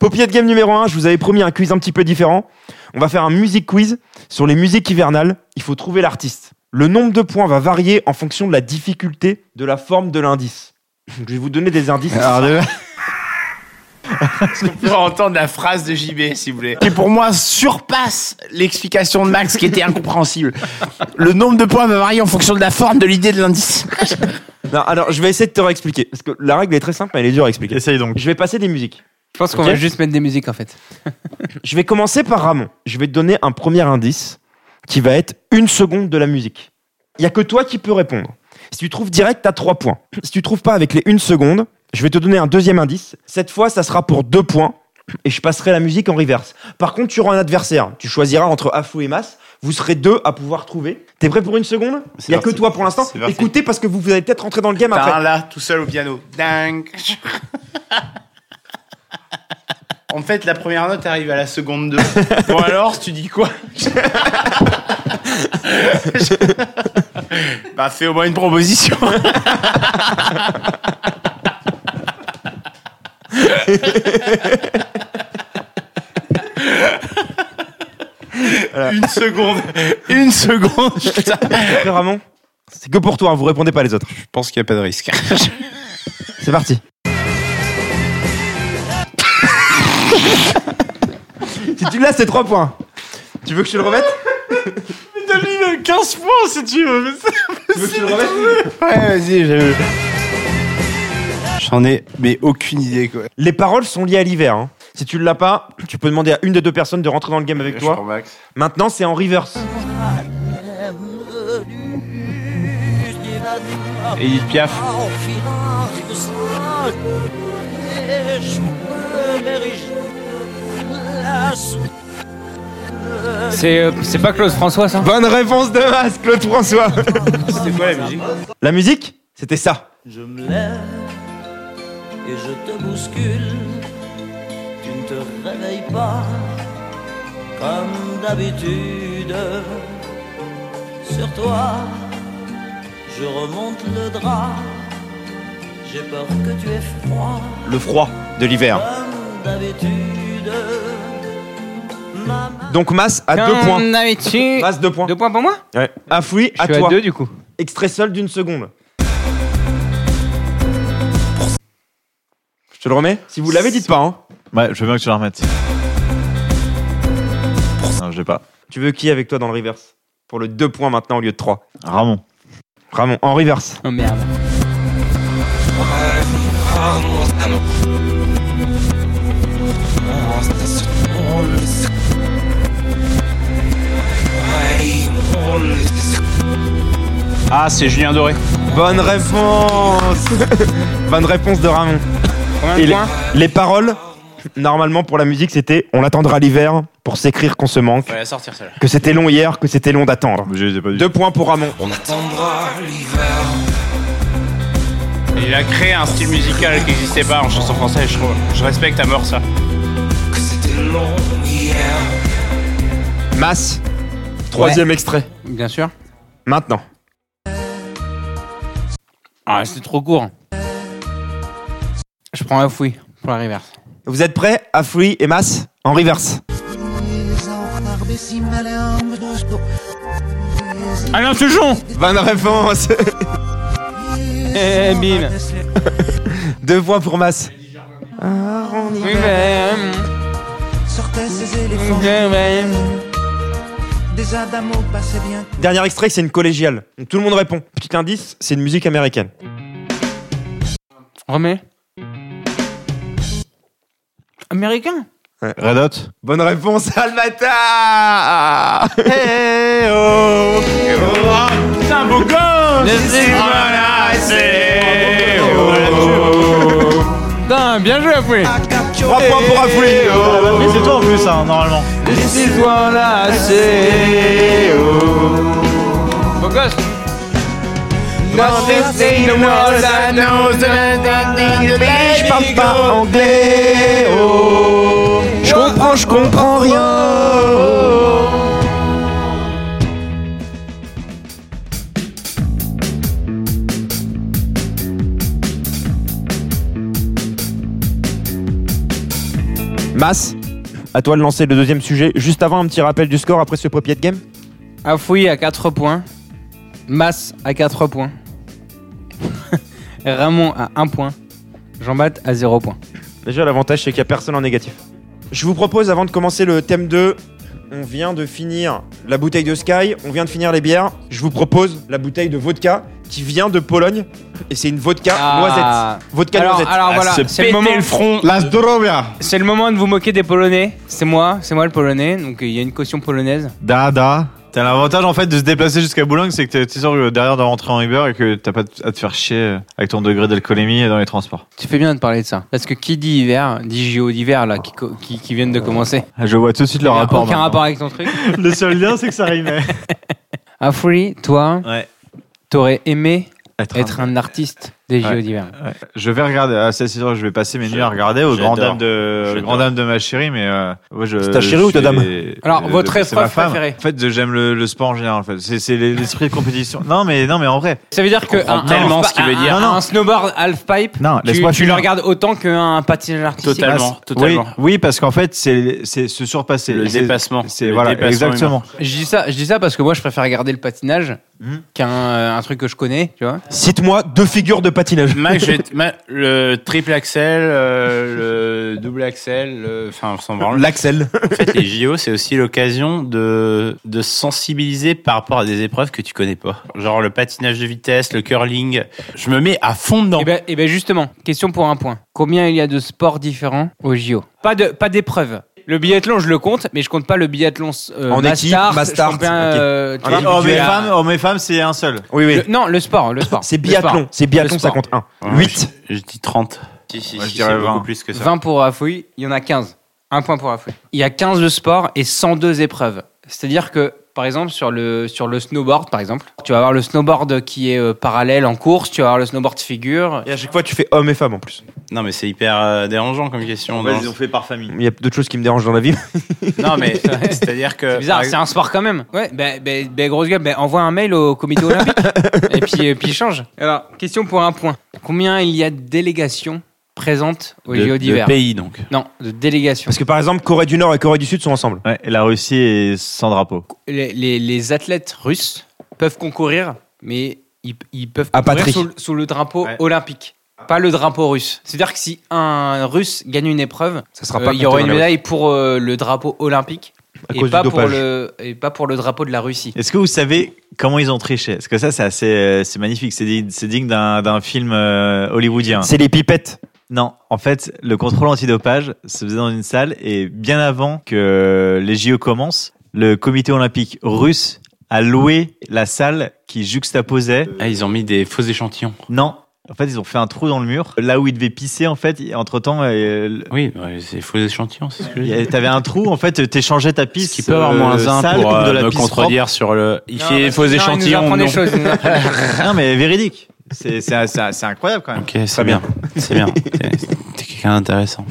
[SPEAKER 4] pot pied de game numéro 1, je vous avais promis un quiz un petit peu différent. On va faire un musique quiz sur les musiques hivernales. Il faut trouver l'artiste. Le nombre de points va varier en fonction de la difficulté de la forme de l'indice. Donc, Je vais vous donner des indices.
[SPEAKER 2] On peut entendre la phrase de JB, si vous voulez. Qui pour moi surpasse l'explication de Max, qui était incompréhensible. Le nombre de points va varier en fonction de la forme, de l'idée de l'indice.
[SPEAKER 4] Non, alors je vais essayer de te réexpliquer. Parce que la règle est très simple, mais elle est dure à expliquer.
[SPEAKER 10] Essaye donc.
[SPEAKER 4] Je vais passer des musiques.
[SPEAKER 3] Je pense qu'on
[SPEAKER 4] Ok.
[SPEAKER 3] va juste mettre des musiques, en fait.
[SPEAKER 4] Je vais commencer par Ramon. Je vais te donner un premier indice qui va être une seconde de la musique. Il n'y a que toi qui peux répondre. Si tu trouves direct, t'as trois points. Si tu trouves pas avec les une seconde, je vais te donner un deuxième indice. Cette fois, ça sera pour deux points et je passerai la musique en reverse. Par contre, tu auras un adversaire. Tu choisiras entre Afou et Mas. Vous serez deux à pouvoir trouver. T'es prêt pour une seconde Il
[SPEAKER 2] C'est
[SPEAKER 4] n'y a que
[SPEAKER 2] parti.
[SPEAKER 4] toi pour l'instant.
[SPEAKER 2] C'est parti.
[SPEAKER 4] Écoutez parce que vous, vous allez peut-être rentrer dans le game après.
[SPEAKER 2] là, tout seul au piano. Dingue. En fait, la première note arrive à la seconde 2. Bon alors, tu dis quoi Bah, fais au moins une proposition. Une seconde, une seconde.
[SPEAKER 4] Après, Ramon, c'est que pour toi, hein, vous répondez pas les autres.
[SPEAKER 2] Je pense qu'il n'y a pas de risque.
[SPEAKER 4] C'est parti. si tu l'as, c'est 3 points. Tu veux que je te le remette
[SPEAKER 2] mis 15 euh, points si tu veux.
[SPEAKER 4] Tu veux que je te le remette
[SPEAKER 2] Ouais, vas-y, je. J'en ai, mais aucune idée quoi.
[SPEAKER 4] Les paroles sont liées à l'hiver. hein. Si tu l'as pas, tu peux demander à une des deux personnes de rentrer dans le game avec toi.
[SPEAKER 2] Max.
[SPEAKER 4] Maintenant, c'est en reverse.
[SPEAKER 2] Edith Piaf.
[SPEAKER 3] C'est euh, c'est pas Claude François ça
[SPEAKER 4] Bonne réponse de masse, Claude François.
[SPEAKER 2] C'était quoi la musique
[SPEAKER 4] La musique, c'était ça.
[SPEAKER 11] Je me lève et je te bouscule. Tu ne te réveilles pas comme d'habitude. Sur toi, je remonte le drap. J'ai peur que tu aies froid
[SPEAKER 4] Le froid de l'hiver.
[SPEAKER 11] comme d'habitude.
[SPEAKER 4] Donc Mas à deux points. Mas deux points. Deux
[SPEAKER 3] points pour moi
[SPEAKER 4] Ouais. Afoui,
[SPEAKER 3] Je
[SPEAKER 4] Ah, à
[SPEAKER 3] suis à
[SPEAKER 4] toi.
[SPEAKER 3] deux, du coup.
[SPEAKER 4] Extrait seul d'une seconde. Je te le remets Si vous l'avez, dites pas. Hein.
[SPEAKER 10] Ouais, je veux bien que tu la remettes. Non, je l'ai pas.
[SPEAKER 4] Tu veux qui avec toi dans le reverse Pour le 2 points maintenant au lieu de 3.
[SPEAKER 10] Ramon.
[SPEAKER 4] Ramon, en reverse.
[SPEAKER 3] Oh merde.
[SPEAKER 2] Ah, c'est Julien Doré.
[SPEAKER 4] Bonne réponse Bonne réponse de Ramon.
[SPEAKER 3] Combien
[SPEAKER 4] Et
[SPEAKER 3] de
[SPEAKER 4] les,
[SPEAKER 3] points
[SPEAKER 4] les paroles, normalement pour la musique, c'était On l'attendra l'hiver pour s'écrire qu'on se manque.
[SPEAKER 2] Fallait la sortir celle-là.
[SPEAKER 4] Que c'était long hier, que c'était long d'attendre.
[SPEAKER 10] Je les ai pas du
[SPEAKER 4] Deux points pour Ramon.
[SPEAKER 2] Il a créé un style musical qui n'existait pas en chanson française, je trouve. Je respecte à mort ça.
[SPEAKER 4] Mas, troisième extrait.
[SPEAKER 3] Bien sûr.
[SPEAKER 4] Maintenant.
[SPEAKER 3] Ah, c'est trop court. Je prends un fouille pour la reverse.
[SPEAKER 4] Vous êtes prêts Afoui et Mas en reverse.
[SPEAKER 3] Alain Souchon
[SPEAKER 4] Bonne réponse
[SPEAKER 3] Eh, bim
[SPEAKER 4] Deux points pour Mas.
[SPEAKER 3] Oui, ben,
[SPEAKER 11] Sortez ces
[SPEAKER 3] hum,
[SPEAKER 11] éléphants,
[SPEAKER 3] ben, ben.
[SPEAKER 11] des adamos passaient bien.
[SPEAKER 4] Dernier extrait, c'est une collégiale. Donc, tout le monde répond. Petit indice, c'est une musique américaine.
[SPEAKER 3] Remets. Américain
[SPEAKER 10] Red Hot
[SPEAKER 4] Bonne réponse, Almata Eh oh
[SPEAKER 2] C'est un beau
[SPEAKER 3] Ah,
[SPEAKER 4] Oh,
[SPEAKER 3] Putain, bien joué, Afoué
[SPEAKER 4] Trois points pour Afoui oh.
[SPEAKER 10] Mais c'est toi en plus, hein, normalement.
[SPEAKER 3] This is what I say.
[SPEAKER 4] oh.
[SPEAKER 3] Beau gosse.
[SPEAKER 4] Je parle pas anglais oh. Je comprends, je comprends rien Mas, à toi de lancer le deuxième sujet. Juste avant, un petit rappel du score après ce papier de game.
[SPEAKER 3] Afoui à 4 points. Mas à 4 points. Ramon à 1 point. Jean-Bat à 0 point.
[SPEAKER 4] Déjà, l'avantage, c'est qu'il n'y a personne en négatif. Je vous propose, avant de commencer le thème 2, on vient de finir la bouteille de Sky, on vient de finir les bières. Je vous propose la bouteille de vodka qui vient de Pologne et c'est une vodka
[SPEAKER 3] Ah.
[SPEAKER 4] noisette. Vodka
[SPEAKER 3] Alors,
[SPEAKER 4] noisette. Euh,
[SPEAKER 3] alors
[SPEAKER 2] Ah,
[SPEAKER 3] voilà,
[SPEAKER 2] se
[SPEAKER 3] c'est le,
[SPEAKER 2] péter
[SPEAKER 3] moment,
[SPEAKER 2] le front.
[SPEAKER 10] La Zdrowia
[SPEAKER 3] c'est le moment de vous moquer des Polonais. C'est moi, c'est moi le Polonais, donc euh, il y a une caution polonaise.
[SPEAKER 10] Dada. T'as l'avantage en fait de se déplacer jusqu'à Boulogne, c'est que t'es- t'es sûr que derrière de rentrer en Uber et que t'as pas à te faire chier avec ton degré d'alcoolémie dans les transports.
[SPEAKER 3] Tu fais bien de parler de ça. Parce que qui dit hiver, dit JO d'hiver là, qui, co- qui- qui viennent de commencer.
[SPEAKER 10] Je vois tout de suite
[SPEAKER 3] Il
[SPEAKER 10] le
[SPEAKER 3] y a
[SPEAKER 10] rapport.
[SPEAKER 3] aucun rapport avec ton truc.
[SPEAKER 10] Le seul lien, c'est que ça rimait.
[SPEAKER 3] Afoui, toi,
[SPEAKER 10] Ouais.
[SPEAKER 3] t'aurais aimé
[SPEAKER 10] Être un-
[SPEAKER 3] être un artiste des JO
[SPEAKER 10] Ouais.
[SPEAKER 3] d'hiver.
[SPEAKER 10] Ouais. Je vais regarder, ah, à 16 heures, je vais passer mes nuits à regarder aux
[SPEAKER 2] j'adore.
[SPEAKER 10] grandes dames de, aux
[SPEAKER 2] J'adore.
[SPEAKER 10] grandes dames de ma chérie, mais euh, ouais, je-
[SPEAKER 4] C'est ta chérie
[SPEAKER 10] je
[SPEAKER 4] ou ta
[SPEAKER 10] suis-
[SPEAKER 4] dame
[SPEAKER 10] euh,
[SPEAKER 3] Alors, votre
[SPEAKER 10] c'est
[SPEAKER 3] épreuve
[SPEAKER 10] ma femme.
[SPEAKER 3] préférée
[SPEAKER 10] En fait, j'aime le, le sport en général. En fait. C'est c'est l'esprit de compétition. Non, mais non, mais en vrai.
[SPEAKER 3] Ça veut dire que un,
[SPEAKER 2] tellement
[SPEAKER 3] un-
[SPEAKER 2] ce qu'il veut
[SPEAKER 3] un-
[SPEAKER 2] dire.
[SPEAKER 3] un-
[SPEAKER 10] Non, non.
[SPEAKER 3] un snowboard half pipe,
[SPEAKER 10] Non,
[SPEAKER 3] tu,
[SPEAKER 10] laisse-moi
[SPEAKER 3] tu le
[SPEAKER 10] finir.
[SPEAKER 3] regardes autant qu'un patinage artistique.
[SPEAKER 2] Totalement,
[SPEAKER 10] Ah,
[SPEAKER 2] Oh, totalement.
[SPEAKER 10] Oui, oui, parce qu'en fait, c'est c'est se surpasser.
[SPEAKER 2] Le
[SPEAKER 10] C'est-
[SPEAKER 2] dépassement.
[SPEAKER 10] C'est
[SPEAKER 2] Le
[SPEAKER 10] voilà,
[SPEAKER 2] dépassement
[SPEAKER 10] exactement.
[SPEAKER 3] Je dis ça, je dis ça parce que moi je préfère regarder le patinage
[SPEAKER 10] Mhm.
[SPEAKER 3] qu'un euh, un truc que je connais, tu vois.
[SPEAKER 4] Cite-moi deux figures de patinage.
[SPEAKER 2] Mac, j'ai- Ma- le triple axel, euh, le double axel, le- enfin, on s'en branle.
[SPEAKER 4] L'Axel.
[SPEAKER 2] En fait, les JO, c'est aussi l'occasion de, de se sensibiliser par rapport à des épreuves que tu connais pas. Genre le patinage de vitesse, le curling. Je me mets à fond dedans.
[SPEAKER 3] Et ben, et ben justement, question pour un point. Combien il y a de sports différents au JO Pas de, pas d'épreuves. Le biathlon, je le compte, mais je compte pas le biathlon euh,
[SPEAKER 10] En
[SPEAKER 3] Mastart,
[SPEAKER 10] équipe, Mastart,
[SPEAKER 3] champion, euh, tu vois,
[SPEAKER 10] Hommes et oh,
[SPEAKER 3] individuel.
[SPEAKER 10] femmes, hommes et femmes, c'est un seul.
[SPEAKER 4] Oui, oui.
[SPEAKER 3] Le- non, le sport, le sport.
[SPEAKER 4] C'est
[SPEAKER 3] Le
[SPEAKER 4] biathlon,
[SPEAKER 3] sport.
[SPEAKER 4] c'est biathlon,
[SPEAKER 3] Le
[SPEAKER 4] ça
[SPEAKER 3] sport.
[SPEAKER 4] compte un.
[SPEAKER 2] Ouais,
[SPEAKER 4] 8.
[SPEAKER 2] Je, je dis 30.
[SPEAKER 3] Moi, je
[SPEAKER 2] si,
[SPEAKER 3] dirais
[SPEAKER 2] c'est beaucoup
[SPEAKER 3] 20.
[SPEAKER 2] plus que ça.
[SPEAKER 3] 20 pour Afoui, il y en a 15. Un point pour Afoui. Il y a 15 de sport et 102 épreuves. C'est-à-dire que, par exemple, sur le, sur le snowboard, par exemple, tu vas avoir le snowboard qui est euh, parallèle en course, tu vas avoir le snowboard figure.
[SPEAKER 4] Et à chaque fois, tu fais homme et femme en plus.
[SPEAKER 2] Non, mais c'est hyper euh, dérangeant comme question.
[SPEAKER 4] Ouais,
[SPEAKER 2] non
[SPEAKER 4] ils ont
[SPEAKER 10] fait par famille.
[SPEAKER 4] Il y a d'autres choses qui me dérangent dans la vie.
[SPEAKER 2] Non, mais c'est-à-dire que.
[SPEAKER 3] C'est bizarre, c'est un sport quand même. Ouais, ben, ben, ben, grosse gueule, ben, envoie un mail au comité olympique. et puis, euh, puis change. Alors, question pour un point. Combien il y a de délégations présentes aux
[SPEAKER 4] De-
[SPEAKER 3] JO
[SPEAKER 4] de
[SPEAKER 3] d'hiver
[SPEAKER 4] pays, donc.
[SPEAKER 3] Non, de délégations.
[SPEAKER 4] Parce que par exemple, Corée du Nord et Corée du Sud sont ensemble.
[SPEAKER 10] Ouais, et la Russie est sans drapeau.
[SPEAKER 3] les, les- les athlètes russes peuvent concourir, mais ils, ils peuvent
[SPEAKER 4] À
[SPEAKER 3] concourir
[SPEAKER 4] patrie.
[SPEAKER 3] sous, le- sous le drapeau olympique,
[SPEAKER 10] Ah.
[SPEAKER 3] pas le drapeau russe. C'est-à-dire que si un russe gagne une épreuve,
[SPEAKER 4] Ça sera
[SPEAKER 3] euh,
[SPEAKER 4] pas
[SPEAKER 3] il y
[SPEAKER 4] compté
[SPEAKER 3] aura
[SPEAKER 4] dans
[SPEAKER 3] une
[SPEAKER 4] les
[SPEAKER 3] médaille pour euh, le drapeau olympique
[SPEAKER 10] À
[SPEAKER 3] et
[SPEAKER 10] cause du
[SPEAKER 3] pas, pour
[SPEAKER 10] dopage.
[SPEAKER 3] le, et pas pour le drapeau de la Russie.
[SPEAKER 10] Est-ce que vous savez comment ils ont triché Parce que ça, c'est assez, euh, c'est magnifique. C'est digne, c'est digne d'un, d'un film euh, hollywoodien.
[SPEAKER 4] C'est les pipettes.
[SPEAKER 10] Non, en fait, le contrôle antidopage se faisait dans une salle et bien avant que les JO commencent, le comité olympique russe a loué la salle qui juxtaposait.
[SPEAKER 2] Ah, ils ont mis des faux échantillons.
[SPEAKER 10] Non. En fait, ils ont fait un trou dans le mur. Là où ils devaient pisser, en fait, euh, entre temps.
[SPEAKER 2] Oui, ouais, c'est faux échantillons, c'est ce que je dis.
[SPEAKER 10] Et T'avais un trou, en fait, t'échangeais ta piste.
[SPEAKER 2] Qui peut avoir
[SPEAKER 10] euh,
[SPEAKER 2] moins un
[SPEAKER 10] sale
[SPEAKER 2] pour
[SPEAKER 10] contre
[SPEAKER 2] euh,
[SPEAKER 10] de la
[SPEAKER 2] me
[SPEAKER 10] piste
[SPEAKER 2] contredire
[SPEAKER 10] propre.
[SPEAKER 2] sur le. Il
[SPEAKER 10] Non,
[SPEAKER 2] fait
[SPEAKER 10] parce-
[SPEAKER 2] faux
[SPEAKER 10] non, il nous
[SPEAKER 2] échantillons.
[SPEAKER 10] apprend des
[SPEAKER 2] non.
[SPEAKER 10] choses, il nous apprend des choses. non, mais véridique. C'est c'est- c'est- c'est incroyable quand même.
[SPEAKER 2] Ok, c'est bien. C'est bien. T'es t'es quelqu'un d'intéressant.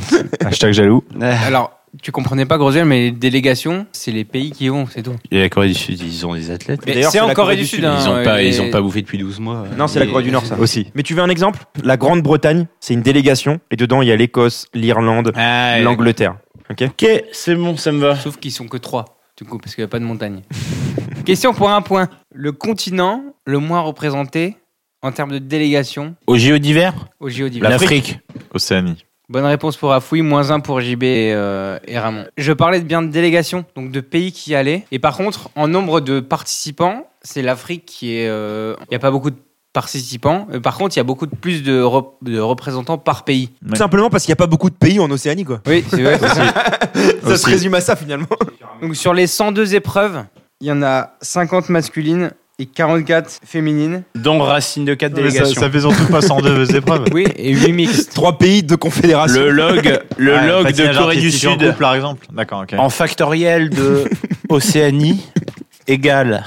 [SPEAKER 10] Hashtag jaloux.
[SPEAKER 3] Alors, tu comprenais pas, Grosjean, mais les délégations, c'est les pays qui y vont, c'est tout.
[SPEAKER 2] Et la Corée du Sud, ils ont des athlètes.
[SPEAKER 3] Mais D'ailleurs, c'est c'est en la Corée Corée du du Sud, Sud, hein,
[SPEAKER 2] ils ont
[SPEAKER 3] ouais,
[SPEAKER 2] pas,
[SPEAKER 3] et-
[SPEAKER 2] ils ont pas bouffé depuis 12 mois.
[SPEAKER 4] Non, c'est la
[SPEAKER 2] Et-
[SPEAKER 4] Corée du Nord, ça.
[SPEAKER 10] Aussi.
[SPEAKER 4] Mais tu veux un exemple La Grande-Bretagne, c'est une délégation, et dedans, il y a l'Écosse, l'Irlande,
[SPEAKER 2] Ah, et-
[SPEAKER 4] l'Angleterre. Ok
[SPEAKER 2] Ok, c'est bon, ça me va.
[SPEAKER 3] Sauf qu'ils sont que trois, du coup, parce qu'il n'y a pas de montagne. Question pour un point. Le continent le moins représenté en termes de délégation
[SPEAKER 2] Au JO d'hiver
[SPEAKER 3] au JO d'hiver
[SPEAKER 2] L'Afrique.
[SPEAKER 10] Océanie.
[SPEAKER 3] Bonne réponse pour Afoui, moins un pour JB et, euh, et Ramon. Je parlais de bien de délégation, donc de pays qui y allaient. Et par contre, en nombre de participants, c'est l'Afrique qui est... euh, Il n'y a pas beaucoup de participants. Euh, Par contre, il y a beaucoup de plus de, rep- de représentants par pays.
[SPEAKER 4] Tout Simplement parce qu'il n'y a pas beaucoup de pays en Océanie, quoi.
[SPEAKER 3] Oui, c'est vrai. c'est ça.
[SPEAKER 4] Ça se résume à ça, finalement.
[SPEAKER 3] Donc sur les 102 épreuves, il y en a 50 masculines et 44 féminines.
[SPEAKER 2] Dont Racine de 4
[SPEAKER 3] Non, mais ça-
[SPEAKER 2] délégations.
[SPEAKER 3] ça fait surtout pas 102 épreuves. Oui, et 8 mixtes.
[SPEAKER 4] Trois pays, deux confédérations.
[SPEAKER 2] Le log, le
[SPEAKER 10] Ouais,
[SPEAKER 2] log de
[SPEAKER 10] patinage
[SPEAKER 2] Corée du
[SPEAKER 10] artistique en
[SPEAKER 2] Sud.
[SPEAKER 10] groupe, par exemple. D'accord, ok.
[SPEAKER 2] En factoriel de Océanie égale.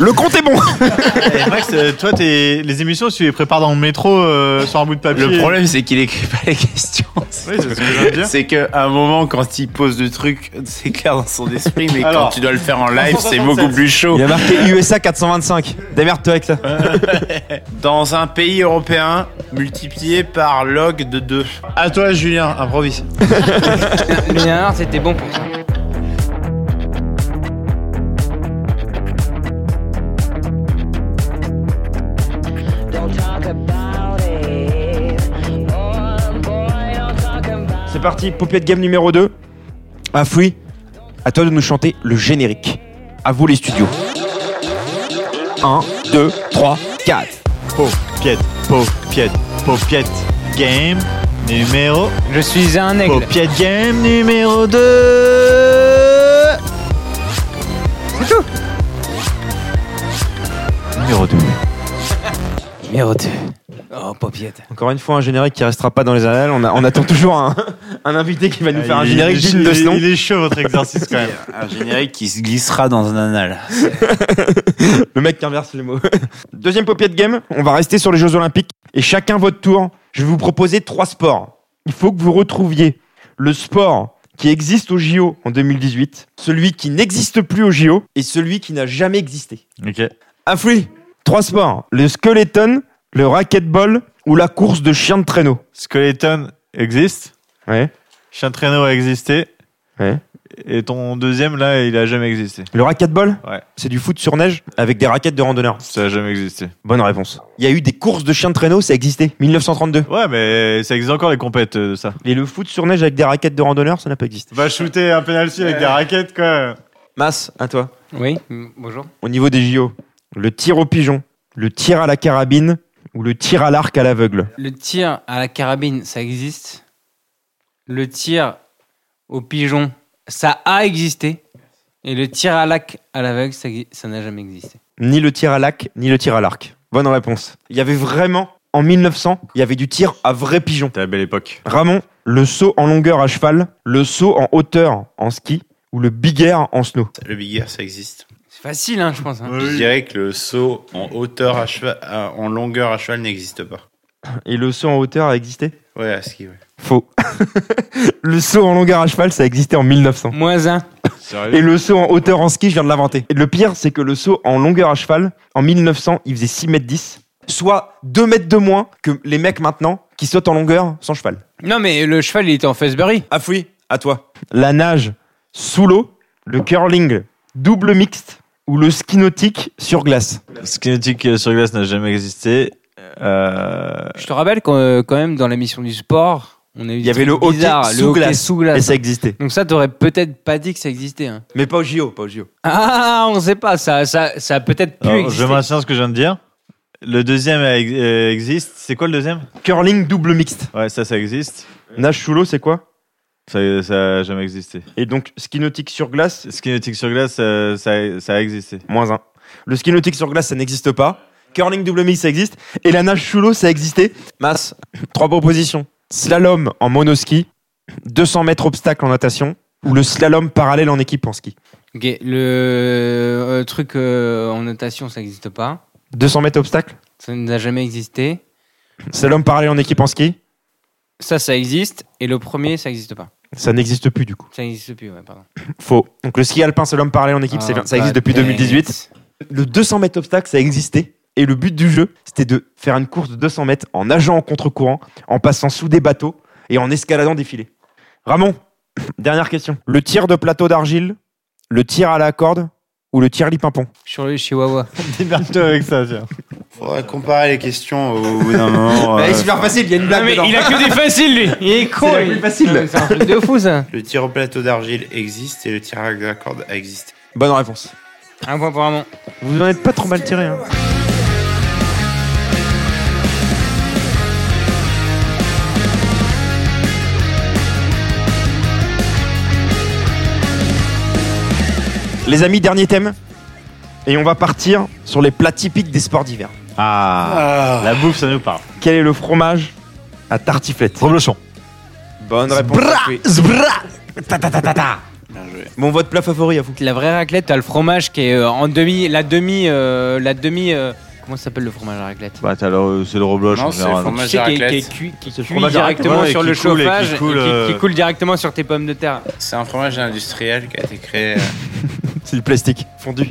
[SPEAKER 4] Le compte est bon
[SPEAKER 10] Et Max, euh, toi, t'es- les émissions, tu les prépares dans le métro euh, sur un bout de papier.
[SPEAKER 2] Le problème, c'est qu'il écrit pas les questions.
[SPEAKER 10] c'est ce que je viens de dire.
[SPEAKER 2] C'est qu'à un moment, quand il pose le truc, c'est clair dans son esprit, mais
[SPEAKER 4] Alors,
[SPEAKER 2] quand tu dois le faire en live, c'est beaucoup
[SPEAKER 4] 367.
[SPEAKER 2] plus chaud.
[SPEAKER 4] Il y a marqué USA 425. Démerde-toi avec ça.
[SPEAKER 2] Dans un pays européen, multiplié par log de 2. À toi, Julien, improvise.
[SPEAKER 3] Mais alors, c'était bon pour ça.
[SPEAKER 4] C'est parti, poupée de gamme numéro 2. Afoui, Ah, à toi de nous chanter le générique. À vous les studios. 1, 2, 3, 4.
[SPEAKER 10] Paupiette, paupiette, paupiette, game numéro.
[SPEAKER 3] Je suis un aigle.
[SPEAKER 10] Paupiette game numéro 2.
[SPEAKER 3] C'est tout.
[SPEAKER 10] Numéro 2.
[SPEAKER 3] Numéro 2. Oh, paupiette.
[SPEAKER 4] Encore une fois, un générique qui restera pas dans les annales. On, a- on attend toujours un, un invité qui
[SPEAKER 2] Ah,
[SPEAKER 4] va nous
[SPEAKER 10] Ah,
[SPEAKER 4] faire un générique digne de ce nom.
[SPEAKER 10] Il est chaud votre exercice quand même.
[SPEAKER 2] Un générique qui se glissera dans un anal.
[SPEAKER 4] Le mec qui inverse les mots. Deuxième popier de game, on va rester sur les Jeux Olympiques. Et chacun votre tour, je vais vous proposer trois sports. Il faut que vous retrouviez le sport qui existe au JO en 2018, celui qui n'existe plus au JO et celui qui n'a jamais existé.
[SPEAKER 10] Ok.
[SPEAKER 4] Afoui, trois sports. Le skeleton, le racquetball ou la course de chien de traîneau.
[SPEAKER 10] Skeleton existe.
[SPEAKER 4] Ouais.
[SPEAKER 10] Chien de traîneau a existé.
[SPEAKER 4] Ouais.
[SPEAKER 10] Et ton deuxième là, il a jamais existé.
[SPEAKER 4] Le racquetball
[SPEAKER 10] Ouais.
[SPEAKER 4] C'est du foot sur neige avec des raquettes de randonneurs.
[SPEAKER 10] Ça a jamais existé.
[SPEAKER 4] Bonne réponse. Il y a eu des courses de chiens de traîneau, ça existait. 1932.
[SPEAKER 10] Ouais, mais ça existe encore les compètes euh, de ça.
[SPEAKER 4] Et le foot sur neige avec des raquettes de randonneurs, ça n'a pas existé.
[SPEAKER 10] Va shooter un penalty avec des raquettes quoi.
[SPEAKER 4] Masse, à toi.
[SPEAKER 3] Oui, mm, bonjour.
[SPEAKER 4] Au niveau des JO, le tir au pigeon, le tir à la carabine ou le tir à l'arc à l'aveugle.
[SPEAKER 3] Le tir à la carabine, ça existe. Le tir au pigeon ça a existé. Et le tir à lac à l'aveugle, ça exi- ça n'a jamais existé.
[SPEAKER 4] Ni le tir à lac, ni le tir à l'arc. Bonne réponse. Il y avait vraiment, en 1900, il y avait du tir à vrai pigeon. C'était la belle époque. Ramon, le saut en longueur à cheval, le saut en hauteur en ski ou le big air en snow.
[SPEAKER 2] Le Big Air, ça existe.
[SPEAKER 3] C'est facile, hein, je pense. hein.
[SPEAKER 2] Je dirais que le saut en hauteur à cheval, à- en longueur à cheval n'existe pas.
[SPEAKER 4] Et le saut en hauteur a existé
[SPEAKER 2] Ouais, à ski, ouais.
[SPEAKER 4] Faux. le saut en longueur à cheval, ça existait en 1900.
[SPEAKER 3] Moins un.
[SPEAKER 4] Et le saut en hauteur en ski, je viens de l'inventer. Et le pire, c'est que le saut en longueur à cheval, en 1900, il faisait 6 mètres 10, soit 2 mètres de moins que les mecs maintenant qui sautent en longueur sans cheval.
[SPEAKER 3] Non, mais le cheval, il était en Fesbury.
[SPEAKER 4] Ah, oui, à toi. La nage sous l'eau, le curling double mixte ou le ski nautique sur glace.
[SPEAKER 10] Ski nautique euh, sur glace n'a jamais existé. Euh,
[SPEAKER 3] Je te rappelle qu'en- euh, quand même, dans la mission du sport, on a eu
[SPEAKER 4] Il
[SPEAKER 3] des
[SPEAKER 4] y avait le
[SPEAKER 3] trucs
[SPEAKER 4] hockey,
[SPEAKER 3] bizarres,
[SPEAKER 4] sous,
[SPEAKER 3] le hockey
[SPEAKER 4] glace,
[SPEAKER 3] sous glace.
[SPEAKER 4] Et ça existait.
[SPEAKER 3] Donc ça, t'aurais peut-être pas dit que ça existait. hein.
[SPEAKER 4] Mais pas au JO, pas au JO.
[SPEAKER 3] Ah, on sait pas. Ça, ça, ça a peut-être pu
[SPEAKER 10] alors, je
[SPEAKER 3] exister.
[SPEAKER 10] maintiens ce que je viens de dire. Le deuxième euh, ex- euh, existe. C'est quoi le deuxième
[SPEAKER 4] Curling double mixte.
[SPEAKER 10] Ouais, ça, ça existe.
[SPEAKER 4] Nage sous l'eau, c'est quoi
[SPEAKER 10] Ça ça a jamais existé.
[SPEAKER 4] Et donc, ski nautique sur glace,
[SPEAKER 10] Ski nautique sur glace, ça, ça- ça a existé.
[SPEAKER 4] moins 1. Le ski nautique sur glace, ça n'existe pas. Curling double mix, ça existe. Et la nage sous l'eau, ça existait. Masse, trois propositions. Slalom en monoski, 200 mètres obstacle en natation, ou le slalom parallèle en équipe en ski.
[SPEAKER 3] Ok, le euh, truc euh, en notation, ça n'existe pas.
[SPEAKER 4] 200 mètres obstacle,
[SPEAKER 3] Ça n'a jamais existé.
[SPEAKER 4] slalom parallèle en équipe en ski,
[SPEAKER 3] Ça, ça existe. Et le premier, ça n'existe pas.
[SPEAKER 4] ça n'existe plus du coup.
[SPEAKER 3] Ça n'existe plus, ouais, pardon.
[SPEAKER 4] Faux. Donc le ski alpin, slalom parallèle en équipe,
[SPEAKER 3] Ah,
[SPEAKER 4] c'est- ça
[SPEAKER 3] bah,
[SPEAKER 4] existe depuis 2018. Le 200 mètres obstacle, ça existait. Et le but du jeu, c'était de faire une course de 200 mètres en nageant en contre-courant, en passant sous des bateaux et en escaladant des filets. Ramon, dernière question. Le tir de plateau d'argile, le tir à la corde ou le tir lipimpon
[SPEAKER 3] Sur le Chihuahua.
[SPEAKER 1] Démerde-toi avec ça, tiens.
[SPEAKER 2] Faudrait comparer les questions au bout d'un moment. euh,
[SPEAKER 4] Eh, facile, il y a une
[SPEAKER 3] Non, mais il a que des faciles, lui. Il est con.
[SPEAKER 4] C'est la
[SPEAKER 3] lui.
[SPEAKER 4] plus facile.
[SPEAKER 3] Non, mais C'est un truc de fou, ça.
[SPEAKER 2] Le tir au plateau d'argile existe et le tir à la corde a existé.
[SPEAKER 4] Bonne réponse.
[SPEAKER 3] Un point pour Ramon.
[SPEAKER 4] Vous en êtes pas trop mal tiré. Hein. Les amis, dernier thème. Et on va partir sur les plats typiques des sports d'hiver.
[SPEAKER 10] Ah, La bouffe, ça nous parle.
[SPEAKER 4] Quel est le fromage à tartiflette
[SPEAKER 10] Reblochon.
[SPEAKER 4] Bonne réponse. oui.
[SPEAKER 2] Bien joué.
[SPEAKER 4] Mon vote plat favori à vous.
[SPEAKER 3] La vraie raclette, t'as le fromage qui est euh, en demi. La demi. euh, la demi. euh, comment ça s'appelle le fromage à raclette
[SPEAKER 10] Bah, t'as le- c'est le rebloche
[SPEAKER 2] Non,
[SPEAKER 10] en
[SPEAKER 2] c'est
[SPEAKER 10] général.
[SPEAKER 2] le fromage.
[SPEAKER 3] Tu sais,
[SPEAKER 2] à
[SPEAKER 3] qui est, qui
[SPEAKER 2] raclette.
[SPEAKER 3] est cuit, qui est
[SPEAKER 10] C'est le
[SPEAKER 3] cuit
[SPEAKER 10] fromage à raclette,
[SPEAKER 3] directement
[SPEAKER 10] ouais,
[SPEAKER 3] sur
[SPEAKER 10] qui
[SPEAKER 3] le
[SPEAKER 10] coule et qui
[SPEAKER 3] chauffage et qui,
[SPEAKER 10] coule,
[SPEAKER 3] qui
[SPEAKER 10] euh,
[SPEAKER 3] coule directement sur tes pommes de terre.
[SPEAKER 2] C'est un fromage industriel qui a été créé. euh,
[SPEAKER 4] C'est du plastique fondu.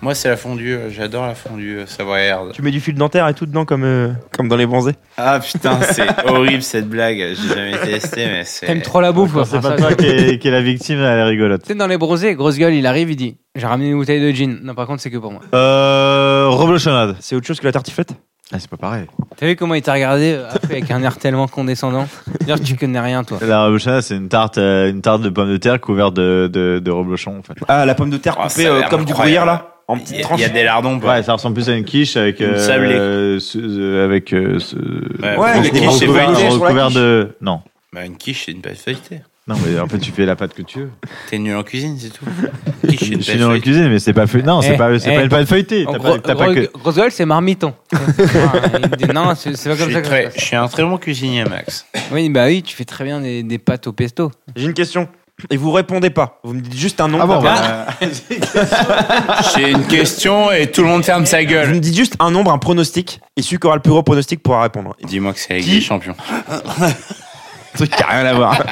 [SPEAKER 2] Moi, c'est la fondue. euh, J'adore la fondue euh, savoyarde.
[SPEAKER 4] Tu mets du fil dentaire et tout dedans comme, euh, comme dans les bronzés.
[SPEAKER 2] Ah putain, c'est horrible cette blague. J'ai jamais testé, mais c'est.
[SPEAKER 3] T'aimes trop la bouffe,
[SPEAKER 10] Quand
[SPEAKER 3] quoi.
[SPEAKER 10] c'est
[SPEAKER 3] Enfin,
[SPEAKER 10] pas
[SPEAKER 3] ça,
[SPEAKER 10] toi
[SPEAKER 3] c'est-
[SPEAKER 10] qui est, qui est la victime, elle est rigolote.
[SPEAKER 3] Tu sais, dans les brosés, grosse gueule, il arrive, il dit J'ai ramené une bouteille de gin. Non, par contre, c'est que pour moi.
[SPEAKER 10] Euh, reblochonnade.
[SPEAKER 4] C'est autre chose que la tartiflette
[SPEAKER 10] Ah, c'est pas pareil.
[SPEAKER 3] T'as vu comment il t'a regardé euh, après, avec un air tellement condescendant D'ailleurs, tu connais rien, toi.
[SPEAKER 10] La reblochonnade, c'est une tarte, euh, une tarte de pommes de terre couverte de, de, de reblochon, en fait.
[SPEAKER 4] Ah, la pomme de terre
[SPEAKER 2] Oh,
[SPEAKER 4] coupée
[SPEAKER 2] ça a
[SPEAKER 4] euh,
[SPEAKER 2] l'air
[SPEAKER 4] comme du
[SPEAKER 2] incroyable.
[SPEAKER 4] gruyère là En
[SPEAKER 2] Il
[SPEAKER 4] petites
[SPEAKER 2] y, a-
[SPEAKER 4] tranches.
[SPEAKER 2] il y a des lardons.
[SPEAKER 10] Ouais, ça ressemble plus à une quiche avec.
[SPEAKER 2] Une
[SPEAKER 10] euh,
[SPEAKER 2] sablée.
[SPEAKER 10] euh, ce- euh, avec. euh, ce-
[SPEAKER 2] Ouais,
[SPEAKER 10] recouvert-
[SPEAKER 2] les quiches, c'est
[SPEAKER 10] recouvert-
[SPEAKER 2] feuilleté
[SPEAKER 4] sur la
[SPEAKER 10] recouvert
[SPEAKER 4] quiche.
[SPEAKER 10] de. Non.
[SPEAKER 2] Bah, une quiche, c'est une pâte feuilletée.
[SPEAKER 10] Non, mais en fait, tu fais la pâte que tu veux.
[SPEAKER 2] T'es nul en cuisine, c'est tout. Quiche, c'est
[SPEAKER 10] Je
[SPEAKER 2] une
[SPEAKER 10] suis dans
[SPEAKER 2] pâte
[SPEAKER 10] la
[SPEAKER 2] feuilletée.
[SPEAKER 10] cuisine, mais c'est pas feuilleté. Non, c'est
[SPEAKER 3] Eh,
[SPEAKER 10] pas, c'est
[SPEAKER 3] eh.
[SPEAKER 10] pas une pâte feuilletée.
[SPEAKER 3] En
[SPEAKER 10] T'as
[SPEAKER 3] gros,
[SPEAKER 10] pas, t'as pas que.
[SPEAKER 3] gros- Grosse gueule, c'est marmiton. Ah, il dit, non, c'est c'est pas
[SPEAKER 2] Je
[SPEAKER 3] comme
[SPEAKER 2] suis,
[SPEAKER 3] ça que ça
[SPEAKER 2] très-
[SPEAKER 3] se
[SPEAKER 2] je suis un très bon cuisinier, Max.
[SPEAKER 3] passe. Oui, bah oui, tu fais très bien des, des pâtes au pesto.
[SPEAKER 4] J'ai une question. Et vous répondez pas. Vous me dites juste un nom.
[SPEAKER 10] Ah bon,
[SPEAKER 4] Bah,
[SPEAKER 10] bah,
[SPEAKER 2] J'ai une question et tout le monde ferme sa
[SPEAKER 4] Vous
[SPEAKER 2] gueule.
[SPEAKER 4] me dites juste un nombre, un pronostic. Et celui qui aura le plus gros pronostic pourra répondre.
[SPEAKER 2] Dis-moi que c'est avec
[SPEAKER 4] Qui
[SPEAKER 2] des champions.
[SPEAKER 4] Un truc qui a rien à voir.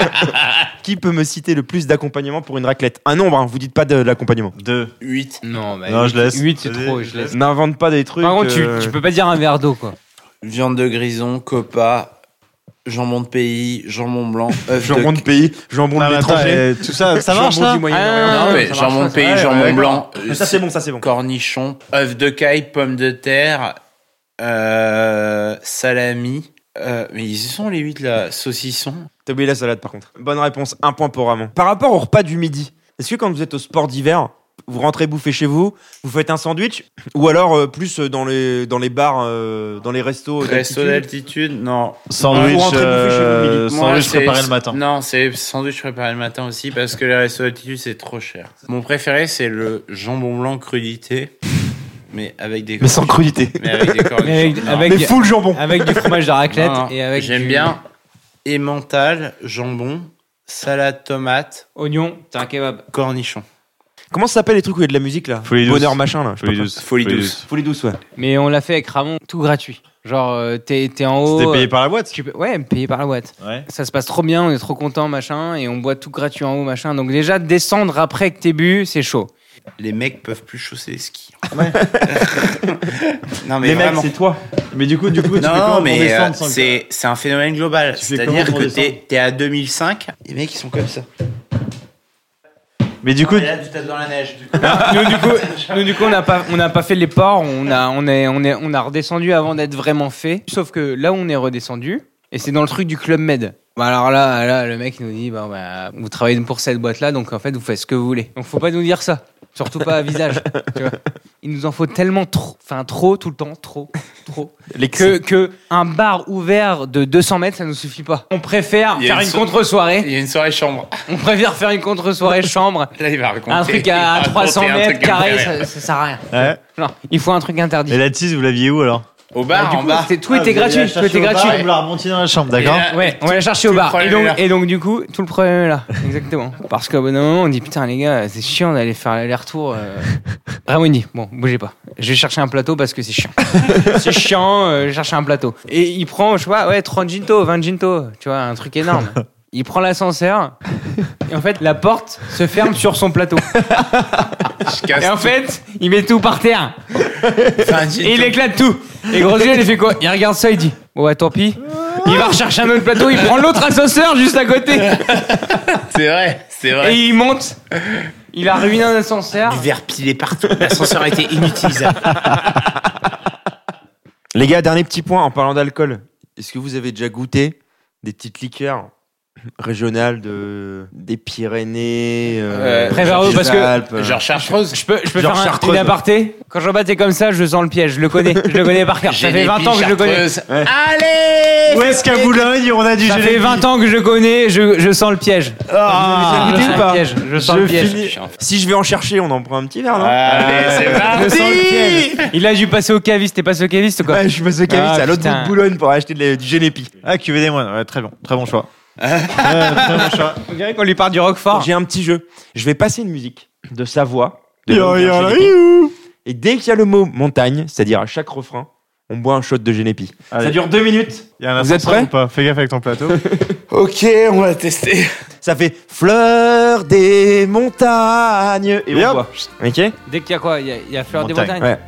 [SPEAKER 4] qui peut me citer le plus d'accompagnement pour une raclette Un nombre, hein, vous dites pas de, l'accompagnement.
[SPEAKER 10] deux.
[SPEAKER 2] 8.
[SPEAKER 3] Non, bah,
[SPEAKER 10] Non,
[SPEAKER 3] huit-
[SPEAKER 10] je laisse.
[SPEAKER 3] huit, c'est
[SPEAKER 10] Vas-y,
[SPEAKER 3] trop,
[SPEAKER 10] je
[SPEAKER 3] je laisse.
[SPEAKER 4] N'invente pas des trucs.
[SPEAKER 3] Par contre, tu,
[SPEAKER 4] euh,
[SPEAKER 3] tu peux pas dire un verre d'eau, quoi.
[SPEAKER 2] Viande de grison, copa, jambon de pays, jambon blanc, œuf
[SPEAKER 4] Jambon de pays, jambon
[SPEAKER 10] Ah,
[SPEAKER 4] de
[SPEAKER 10] mais attends,
[SPEAKER 4] l'étranger.
[SPEAKER 10] eh, tout ça, ça marche
[SPEAKER 4] jambon
[SPEAKER 10] là
[SPEAKER 4] du Moyen-Orient.
[SPEAKER 3] Ah,
[SPEAKER 2] Non,
[SPEAKER 3] ça
[SPEAKER 2] mais
[SPEAKER 3] marche
[SPEAKER 2] jambon
[SPEAKER 3] pas,
[SPEAKER 2] de
[SPEAKER 3] ça.
[SPEAKER 2] pays,
[SPEAKER 4] Ouais,
[SPEAKER 2] jambon
[SPEAKER 4] ouais,
[SPEAKER 2] blanc,
[SPEAKER 4] Mais Ah, Ça, c'est bon, ça, c'est bon.
[SPEAKER 2] cornichon, œuf de caille, pommes de terre, euh, salami. euh, mais ils y sont les 8 là, saucisson.
[SPEAKER 4] T'as oublié la salade par contre. Bonne réponse, un point pour Ramon. Par rapport au repas du midi, est-ce que quand vous êtes au sport d'hiver, vous rentrez bouffer chez vous, vous faites un sandwich, ou alors euh, plus euh, dans les, dans les bars, euh, dans les restos.
[SPEAKER 2] Resto d'altitude, non.
[SPEAKER 4] Sandwich,
[SPEAKER 2] Vous rentrez bouffer chez vous,
[SPEAKER 4] euh,
[SPEAKER 2] Billy.
[SPEAKER 4] sandwich
[SPEAKER 2] Moi, c'est-
[SPEAKER 4] préparé le matin.
[SPEAKER 2] Non, c'est sandwich préparé le matin aussi parce que les restos d'altitude c'est trop cher. Mon préféré c'est le jambon blanc crudité, mais avec des
[SPEAKER 10] Mais sans crudité.
[SPEAKER 2] Mais avec des cornes de
[SPEAKER 3] Mais avec-
[SPEAKER 2] champ.
[SPEAKER 3] avec Mais du- full jambon. avec du fromage de raclette
[SPEAKER 2] Non, non.
[SPEAKER 3] et avec
[SPEAKER 2] J'aime
[SPEAKER 3] du-
[SPEAKER 2] bien emmental, jambon, salade tomate,
[SPEAKER 3] oignon, t'as un kebab,
[SPEAKER 2] cornichon.
[SPEAKER 4] Comment ça s'appelle les trucs où il y a de la musique là
[SPEAKER 2] Folie douce.
[SPEAKER 4] Bonheur machin là. je sais
[SPEAKER 2] Folie
[SPEAKER 4] pas
[SPEAKER 2] douce.
[SPEAKER 10] euh,
[SPEAKER 4] quoi.
[SPEAKER 2] Folie douce.
[SPEAKER 4] Folie douce, ouais.
[SPEAKER 3] Mais on l'a fait avec Ramon, tout gratuit. Genre, euh, t'es t'es en haut.
[SPEAKER 4] C'était payé
[SPEAKER 3] euh,
[SPEAKER 4] par la boîte
[SPEAKER 3] tu peux- Ouais, payé par la boîte. Ça se passe trop bien, on est trop content, machin, et on boit tout gratuit en haut, machin. Donc déjà, descendre après que t'es bu, c'est chaud.
[SPEAKER 2] Les mecs peuvent plus chausser les skis.
[SPEAKER 10] Non, mais Ah Les mecs, vraiment. c'est toi. Mais du coup, du coup, tu fais comment
[SPEAKER 2] non,
[SPEAKER 10] pour
[SPEAKER 2] mais
[SPEAKER 10] descendre
[SPEAKER 2] euh,
[SPEAKER 10] sans que-
[SPEAKER 2] c'est c'est un phénomène global.
[SPEAKER 10] fais comment
[SPEAKER 2] C'est-à-dire que
[SPEAKER 10] pour
[SPEAKER 2] t'es t'es à 2005, les mecs ils sont comme ça.
[SPEAKER 10] Mais du
[SPEAKER 2] Non,
[SPEAKER 10] coup,
[SPEAKER 2] mais là tu tapes dans la neige.
[SPEAKER 3] nous, du coup, nous, du coup, on n'a pas, on n'a pas fait les ports. On a, on est, on est, on a redescendu avant d'être vraiment fait. Sauf que là où on est redescendu, et c'est dans le truc du club Med. Bah alors là, là, le mec il nous dit, bah, bah, vous travaillez pour cette boîte-là, donc en fait, vous faites ce que vous voulez. Donc faut pas nous dire ça, surtout pas à visage. tu vois. Il nous en faut tellement trop, enfin trop tout le temps, trop, trop. Que, que un bar ouvert de 200 mètres, ça nous suffit pas. On préfère
[SPEAKER 2] Il y a
[SPEAKER 3] faire
[SPEAKER 2] une
[SPEAKER 3] une
[SPEAKER 2] so-
[SPEAKER 3] contre-soirée.
[SPEAKER 2] Il y a une soirée chambre.
[SPEAKER 3] On préfère faire une contre-soirée chambre.
[SPEAKER 2] Là, il va raconter.
[SPEAKER 3] Un truc
[SPEAKER 2] Il va
[SPEAKER 3] à
[SPEAKER 2] raconter
[SPEAKER 3] 300
[SPEAKER 2] un truc
[SPEAKER 3] mètres carrés,
[SPEAKER 2] intérieur.
[SPEAKER 3] ça, ça sert à rien.
[SPEAKER 10] Ouais.
[SPEAKER 3] Non, il faut un truc interdit.
[SPEAKER 10] Et la tease, vous l'aviez où alors
[SPEAKER 2] Au
[SPEAKER 3] bar, du en coup, bas. c'était- tout était
[SPEAKER 10] vous allez
[SPEAKER 3] gratuit,
[SPEAKER 10] la
[SPEAKER 3] tout
[SPEAKER 10] chercher
[SPEAKER 3] était
[SPEAKER 10] au bar
[SPEAKER 3] gratuit.
[SPEAKER 10] et vous la remontiez dans la chambre, d'accord
[SPEAKER 3] Ouais, on l'a cherché au
[SPEAKER 10] tout le
[SPEAKER 3] bar.
[SPEAKER 10] problème
[SPEAKER 3] Et
[SPEAKER 10] est
[SPEAKER 3] donc,
[SPEAKER 10] là.
[SPEAKER 3] et donc, du coup, tout le problème est là. Exactement. Parce qu'au bout d'un moment, on dit putain, les gars, c'est chiant d'aller faire l'aller-retour. euh. Ramon dit bon, bougez pas. Je vais chercher un plateau parce que c'est chiant. c'est chiant, euh, je vais chercher un plateau. Et il prend, je sais pas, ouais, 30 ginto, 20 ginto. Tu vois, un truc énorme. Il prend l'ascenseur. Et en fait, la porte se ferme sur son plateau. Et en fait, il met tout par terre. Et il éclate tout. Et Grosjean, il fait quoi Il regarde ça, il dit Bon, bah tant pis. Il va rechercher un autre plateau, il prend l'autre ascenseur juste à côté.
[SPEAKER 2] C'est vrai, c'est vrai.
[SPEAKER 3] Et il monte. Il a ruiné un ascenseur. Du
[SPEAKER 2] verre pilé partout. L'ascenseur a été inutilisable.
[SPEAKER 4] Les gars, dernier petit point en parlant d'alcool. Est-ce que vous avez déjà goûté des petites liqueurs régionales de des Pyrénées euh,
[SPEAKER 3] Prévaro,
[SPEAKER 4] des
[SPEAKER 3] parce que.
[SPEAKER 4] Alpes, euh,
[SPEAKER 2] Chartreuse.
[SPEAKER 3] Je peux, je peux
[SPEAKER 4] Genre
[SPEAKER 3] faire un,
[SPEAKER 4] Chartreuse.
[SPEAKER 3] une aparté. Quand jean baptiste est comme ça, je sens le piège. Je le connais. Je le connais par cœur. Ça fait 20 ans que je le connais.
[SPEAKER 2] Allez
[SPEAKER 10] Où est-ce qu'à Boulogne, on a du
[SPEAKER 3] Ça fait
[SPEAKER 10] gélébi
[SPEAKER 3] 20 ans que je connais. Je, je sens le piège.
[SPEAKER 10] Ah, vous avez
[SPEAKER 3] je sens
[SPEAKER 10] goûté ou pas
[SPEAKER 3] le piège. Je sens le
[SPEAKER 4] Je
[SPEAKER 3] piège.
[SPEAKER 4] finis. Si je vais en chercher, on en prend un petit verre, non
[SPEAKER 2] Allez, c'est
[SPEAKER 3] Je sens le
[SPEAKER 4] parti
[SPEAKER 3] piège. Il a dû passer au caviste. T'es passé au caviste ou quoi
[SPEAKER 4] Je suis passé au caviste
[SPEAKER 3] Ah,
[SPEAKER 4] à l'autre bout
[SPEAKER 3] putain.
[SPEAKER 4] de Boulogne pour acheter de la- du génépi.
[SPEAKER 10] Ah, cuvée des moines, ouais, très bon, très bon choix.
[SPEAKER 3] On dirait qu'on lui part du
[SPEAKER 10] Oh.
[SPEAKER 3] Roquefort.
[SPEAKER 4] J'ai un petit jeu. Je vais passer une musique de Savoie. De
[SPEAKER 10] Yo,
[SPEAKER 4] l'homme
[SPEAKER 10] yo,
[SPEAKER 4] Génépi. Et dès qu'il y a le mot montagne, c'est-à-dire à chaque refrain, on boit un shot de génépi. Ça dure deux minutes.
[SPEAKER 10] Y a un
[SPEAKER 4] Vous êtes
[SPEAKER 10] ascenseur
[SPEAKER 4] prêts
[SPEAKER 10] ou pas Fais gaffe avec ton plateau.
[SPEAKER 4] Ok, on va tester. Ça fait fleur des montagnes. Et
[SPEAKER 3] Et
[SPEAKER 4] on
[SPEAKER 3] hop.
[SPEAKER 4] boit. Ok
[SPEAKER 3] Dès qu'il y a quoi Il y a, il y a Fleur des Montagnes.
[SPEAKER 4] Ouais.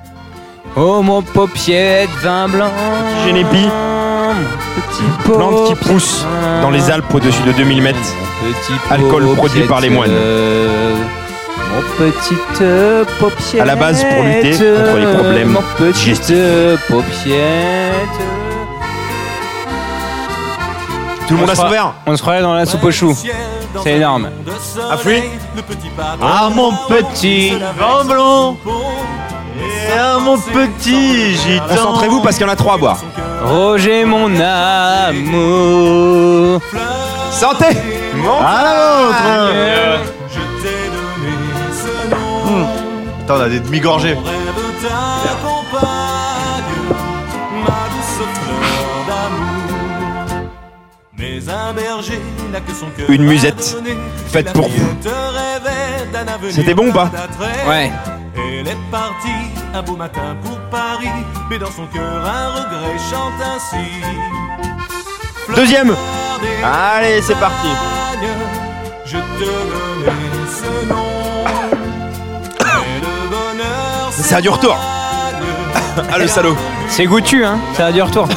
[SPEAKER 3] Oh mon paupier de vin blanc.
[SPEAKER 4] Génépi.
[SPEAKER 3] Petit
[SPEAKER 10] Oh.
[SPEAKER 4] Plante qui pousse dans les Alpes au-dessus de 2000 mètres.
[SPEAKER 3] Petit
[SPEAKER 4] Alcool
[SPEAKER 3] paupier
[SPEAKER 4] produit par les
[SPEAKER 3] de-
[SPEAKER 4] moines.
[SPEAKER 3] Mon petite euh, paupière.
[SPEAKER 4] À la base pour lutter contre les problèmes
[SPEAKER 3] Mon petite
[SPEAKER 4] digestifs.
[SPEAKER 3] euh, paupière.
[SPEAKER 4] Tout le monde
[SPEAKER 3] On se
[SPEAKER 4] a son
[SPEAKER 3] croit-
[SPEAKER 4] verre
[SPEAKER 3] On se croirait dans la soupe aux choux. C'est énorme.
[SPEAKER 4] Ah, fruit
[SPEAKER 10] Ah, mon petit vin blanc Et ah, mon petit gitan Oh.
[SPEAKER 4] Concentrez-vous parce qu'il y en a trois à boire.
[SPEAKER 3] Roger mon amour.
[SPEAKER 4] Santé
[SPEAKER 10] Ah, l'autre Attends, on a des demi-gorgées.
[SPEAKER 4] Une musette faite pour vous. C'était bon ou pas
[SPEAKER 3] Ouais.
[SPEAKER 12] Elle est partie un beau matin pour Paris, mais dans son cœur un regret chante ainsi.
[SPEAKER 4] Deuxième
[SPEAKER 10] Ah,
[SPEAKER 4] Allez, c'est parti
[SPEAKER 12] Je te donnais ce nom. Mais le bonheur
[SPEAKER 4] C'est à du retour Ah, le salaud
[SPEAKER 3] C'est goûtu, hein C'est à du retour.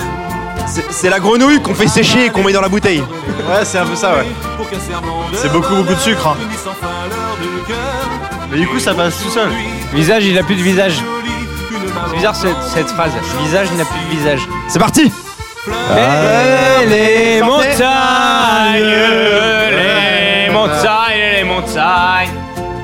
[SPEAKER 4] C'est la grenouille qu'on fait sécher et qu'on met dans la bouteille.
[SPEAKER 10] Ouais, c'est un peu ça, ouais.
[SPEAKER 12] pour qu'un serment de
[SPEAKER 10] C'est beaucoup, beaucoup de sucre. hein.
[SPEAKER 12] nuit sans fin l'heure du cœur.
[SPEAKER 10] Mais du coup, ça passe tout seul.
[SPEAKER 3] Visage, il a plus de visage. C'est bizarre cette, cette phrase. Visage, il n'a plus de visage.
[SPEAKER 4] C'est parti
[SPEAKER 3] Et les montagnes, les montagnes, les montagnes.